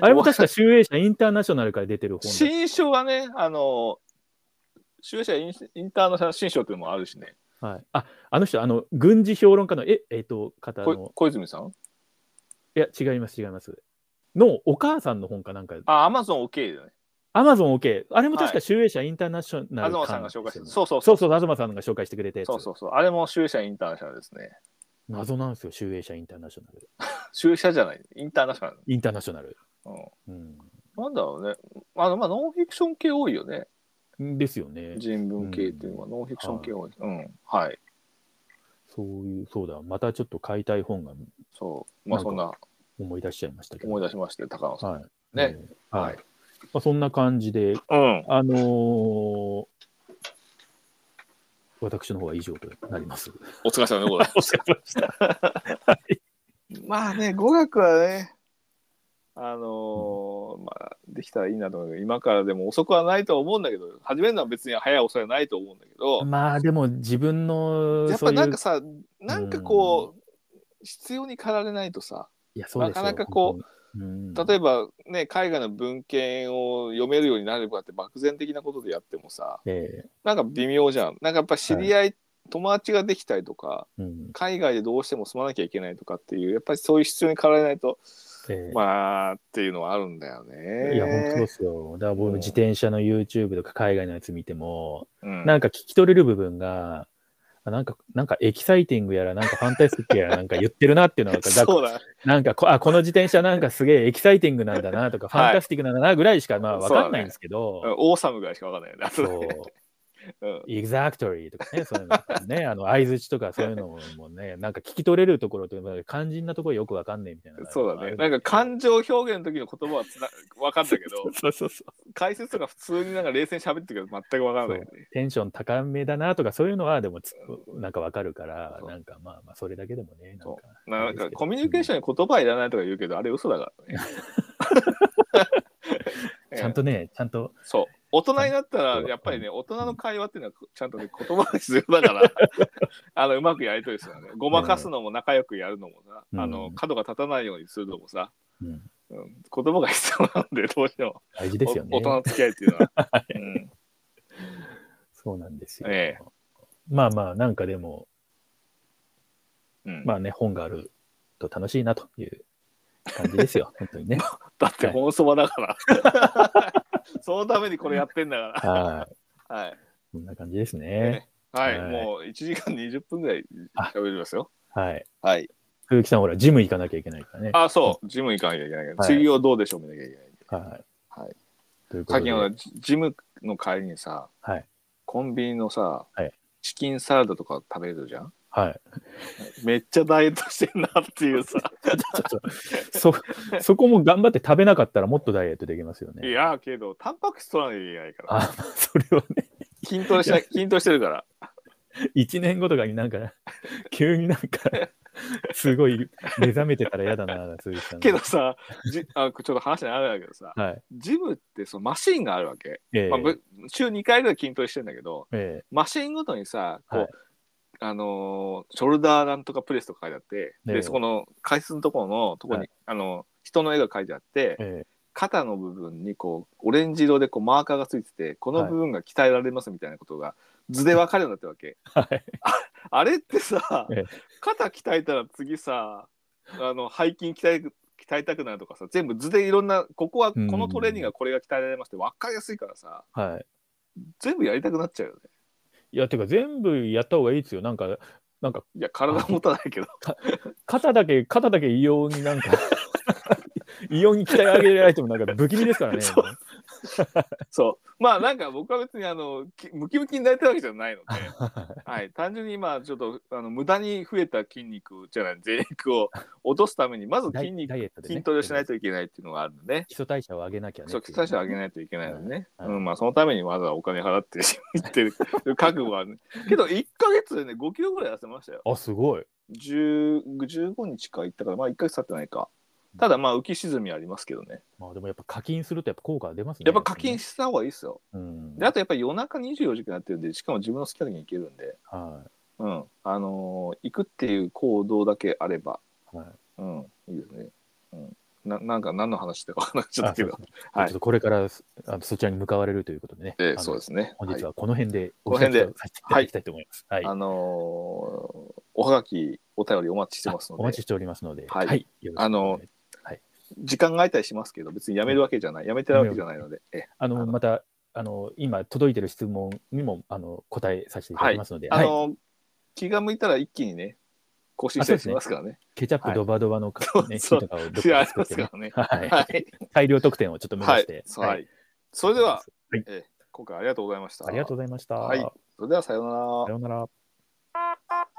S2: あれも確か、集英社インターナショナルから出てる本だ
S1: 新書はね、あの、集英社インインターナショナル新書っていうのもあるしね、
S2: はい。あ、あの人、あの、軍事評論家の、え、えっ、と、方
S1: こ
S2: の、
S1: 小泉さん
S2: いや、違います、違います。のお母さんの本かなんか、
S1: あ、アマゾン OK だね。
S2: アマゾン OK。あれも確
S1: は
S2: か、集英社インターナショナル
S1: 東さ
S2: 館
S1: んが紹介して
S2: ですよね
S1: そうそう
S2: そ
S1: そうう。
S2: そう、東さんが紹介してくれたやつ。
S1: そうそうそう。あれも集英社インターナショナルですね。
S2: 謎なんですよ、集英社インターナショナル。
S1: 集英社じゃない、インターナショナル。
S2: インターナショナル。
S1: う
S2: うん
S1: ん、なんだろうね。あの、まあ、ノンフィクション系多いよね。
S2: ですよね。
S1: 人文系っていうのはノンフィクション系多い。うん。はい。
S2: そういう、そうだ、またちょっと買いたい本が
S1: そう。まあ、
S2: なんか
S1: そんな
S2: 思い出しちゃいましたけど。
S1: 思い出しまして、高野さん。
S2: はい。
S1: ね
S2: えー。はい。。まあ、そんな感じで、
S1: うん。
S2: あのー私の方は以上となります。
S1: お疲れ様でございます。まあね、語学はね、あのーまあ、できたらいいなと思うけど、今からでも遅くはないとは思うんだけど、始めるのは別に早い遅いはないと思うんだけど、
S2: まあ、でも自分の、
S1: やっ
S2: そ
S1: ぱ
S2: ういう
S1: なんかさ、なんかこう、必要に駆られないとさ、
S2: いやそうですよ
S1: なかなかこ
S2: う、うん、
S1: 例えばね、海外の文献を読めるようになればって漠然的なことでやってもさ、
S2: え
S1: なんか微妙じゃん。なんかやっぱ知り合い、友達ができたりとか、
S2: えうん
S1: 海外でどうしても住まなきゃいけないとかっていう、やっぱりそういう必要に駆られないと、
S2: ええ
S1: まあっていうのはあるんだよね。
S2: いや、本当そうですよ。だから僕、
S1: うん
S2: 自転車の YouTube とか海外のやつ見ても、
S1: うん
S2: なんか聞き取れる部分が、あなんか、なんかエキサイティングやら、なんかファンタスティック やら、なんか言ってるなっていうのが、だ
S1: そうだ。
S2: なんかこ、あ、この自転車なんかすげえエキサイティングなんだなとか、フ
S1: はい
S2: ァンタスティックなんだなぐらいしか、まあ、
S1: そ
S2: わ
S1: うだね
S2: かんないんですけど、
S1: オーサムぐらいしかわかんないよね。
S2: そう、
S1: うん。
S2: exactly とかね、そういうのとか ね、あの、相づちとかそういうのもね、なんか聞き取れるところというか、肝心なところよくわかんないみたいな。、
S1: そうだね。なんか感情表現の時の言葉はつな分かったけど
S2: そうそうそう。
S1: 解説とか普通になんか冷静に喋ってるけど全く分からないよね。
S2: テンション高めだなとか、そういうのは、でもつ、なんかわかるから、
S1: そう
S2: なんかまあまあ、それだけでもね、なん
S1: そ
S2: か。
S1: なんかコミュニケーションに言葉いらないとか言うけど、あれ嘘だからね。
S2: うん ちゃんとね、ちゃんと、
S1: そう。大人になったら、やっぱりね、大人の会話っていうのは、ちゃんとね、言葉が必要だ から、あの、うまくやりとりするのね。ごまかすのも仲良くやるのもさ、
S2: うん
S1: あの、角が立たないようにするのもさ、
S2: うん
S1: うん、言葉が必要なんで、どうしても。
S2: 大事ですよね。
S1: お大人の付き合いっていうのは。 うん
S2: そうなんですよ。
S1: え
S2: まあまあ、なんかでも、
S1: うん
S2: まあね、本があると楽しいなという感じで すよ、本当にね。
S1: だって本そばだから。 そのためにこれやってんだか
S2: はい。
S1: ら。はい。
S2: こんな感じですね。
S1: はい、
S2: はい
S1: もう1時間20分ぐらい喋りますよ。
S2: はい。
S1: はい。
S2: 鈴木さん、ほら、ジム行かなきゃいけないからね。
S1: あ、そう。ジム行かなきゃいけないけど、
S2: はい
S1: 次をどうでしょう見なきゃいけない。
S2: はい。
S1: はい。
S2: というこ
S1: さ
S2: と
S1: っき
S2: で。
S1: のジジムの帰りにさ、
S2: はい
S1: コンビニのさ、
S2: はい
S1: チキンサラダとか食べるじゃん
S2: はい。
S1: めっちゃダイエットしてんなっていう さ。
S2: ちょっと、 そ、そこも頑張って食べなかったらもっとダイエットできますよ
S1: い
S2: ね。
S1: やけど、タンパク質取らなきゃいけないから。
S2: あ、まあそれはね、
S1: 筋トレしな筋トレしてるから。
S2: 1年後とかになんか、急になんか、すごい目覚めてたら嫌だな、鈴木さん。
S1: けどさじ あちょっと話にあれだけどさ
S2: はい。
S1: ジムってそのマシンがあるわけ、
S2: ええ
S1: まあ、ぶ週2回ぐらい筋トレしてんだけど
S2: え
S1: マシンごとにさこう、
S2: はい
S1: あのーショルダーなんとかプレスとか書いてあって、
S2: ええ
S1: でそこの回数のところのとこに、
S2: はい
S1: あの人の絵が書いてあって
S2: え、え
S1: 肩の部分にこうオレンジ色でこうマーカーがついててこの部分が鍛えられますみたいなことが図で分かるようになってるわけ。
S2: えはい。
S1: あれってさ
S2: ええ
S1: 肩鍛えたら次さあの背筋鍛え鍛えたくなるとかさ全部図でいろんなここはこのトレーニングはこれが鍛えられますって分かりやすいからさ
S2: はい。
S1: 全部やりたくなっちゃうよね。
S2: いや、てか全部やった方がいいですよ。なんか、なんか
S1: いや体は持たないけど
S2: 肩だけ、肩だけ異様にな んか、異様に鍛え上げられてもなんか不気味ですからね。
S1: そうそうまあなんか僕は別にあのきムキムキになりたいわけじゃ ないので。
S2: は
S1: はい、単純に今ちょっとあの無駄に増えた筋肉じゃない 贅肉を落とすためにまず
S2: いダ
S1: 筋
S2: イ
S1: 肉、
S2: ダイエットで、ね、
S1: 筋トレをしないといけないっていうのがあるのね。
S2: 基礎代謝を上げなきゃね。
S1: そう基礎代謝を上げ
S2: い。
S1: ないといけないのね、
S2: はいはい
S1: うんまあ、そのためにわざわざお金払って行って る覚悟はある、けど1か月でね5キロぐらい痩せましたよ
S2: あ、すごい。
S1: 10 15日か行ったからまあ1か月経ってないかただまあ浮き沈みありますけどね
S2: まあでもやっぱ課金するとやっぱ効果が出ますね。
S1: やっぱ課金した方がいいですよ
S2: うん。
S1: であとやっぱり夜中24時間やってるんでしかも自分の好きな時に行けるんで
S2: は
S1: うんあのー行くっていう行動だけあれば
S2: い。はい
S1: うん、いいですね。うん、ななんか何の話だか分からなくなっちゃったけ
S2: あ
S1: ど
S2: そう、そう
S1: はい
S2: ちょっとこれからそあのそちらに向かわれるということでね。
S1: え
S2: あ
S1: ー、
S2: の
S1: そうですね。
S2: 本日
S1: は
S2: はこの辺で
S1: この辺で
S2: お知らせをさせていただきたいと思います。はい
S1: い、。あのーおはがき、お便りお待ちしてます
S2: お
S1: の
S2: 待
S1: で
S2: ちし、ておりますので、
S1: はい
S2: はい。よろしくお願いします
S1: 時間が空いたりしますけど、別にやめるわけじゃない、やめてるわけじゃないので、え
S2: あの
S1: あの
S2: またあの今届いてる質問にもあの答えさせていただきますので、
S1: ーあ
S2: はい
S1: のー気が向いたら一気にね、更新したりしますからね。
S2: ケチャップドバドバのか、ね、
S1: そう
S2: 木とかをど っ
S1: いや
S2: か
S1: ありま
S2: で作っ
S1: す
S2: て、
S1: か
S2: ね
S1: らね。
S2: は い
S1: はい、
S2: 大量得点をちょっと目指
S1: は
S2: し
S1: い
S2: て、、
S1: はい。それでは、、
S2: はい
S1: えー今回ありがとうございました。
S2: ありがとうございました。
S1: はいそれではさようなら
S2: さ。ようなら。
S3: Thank you.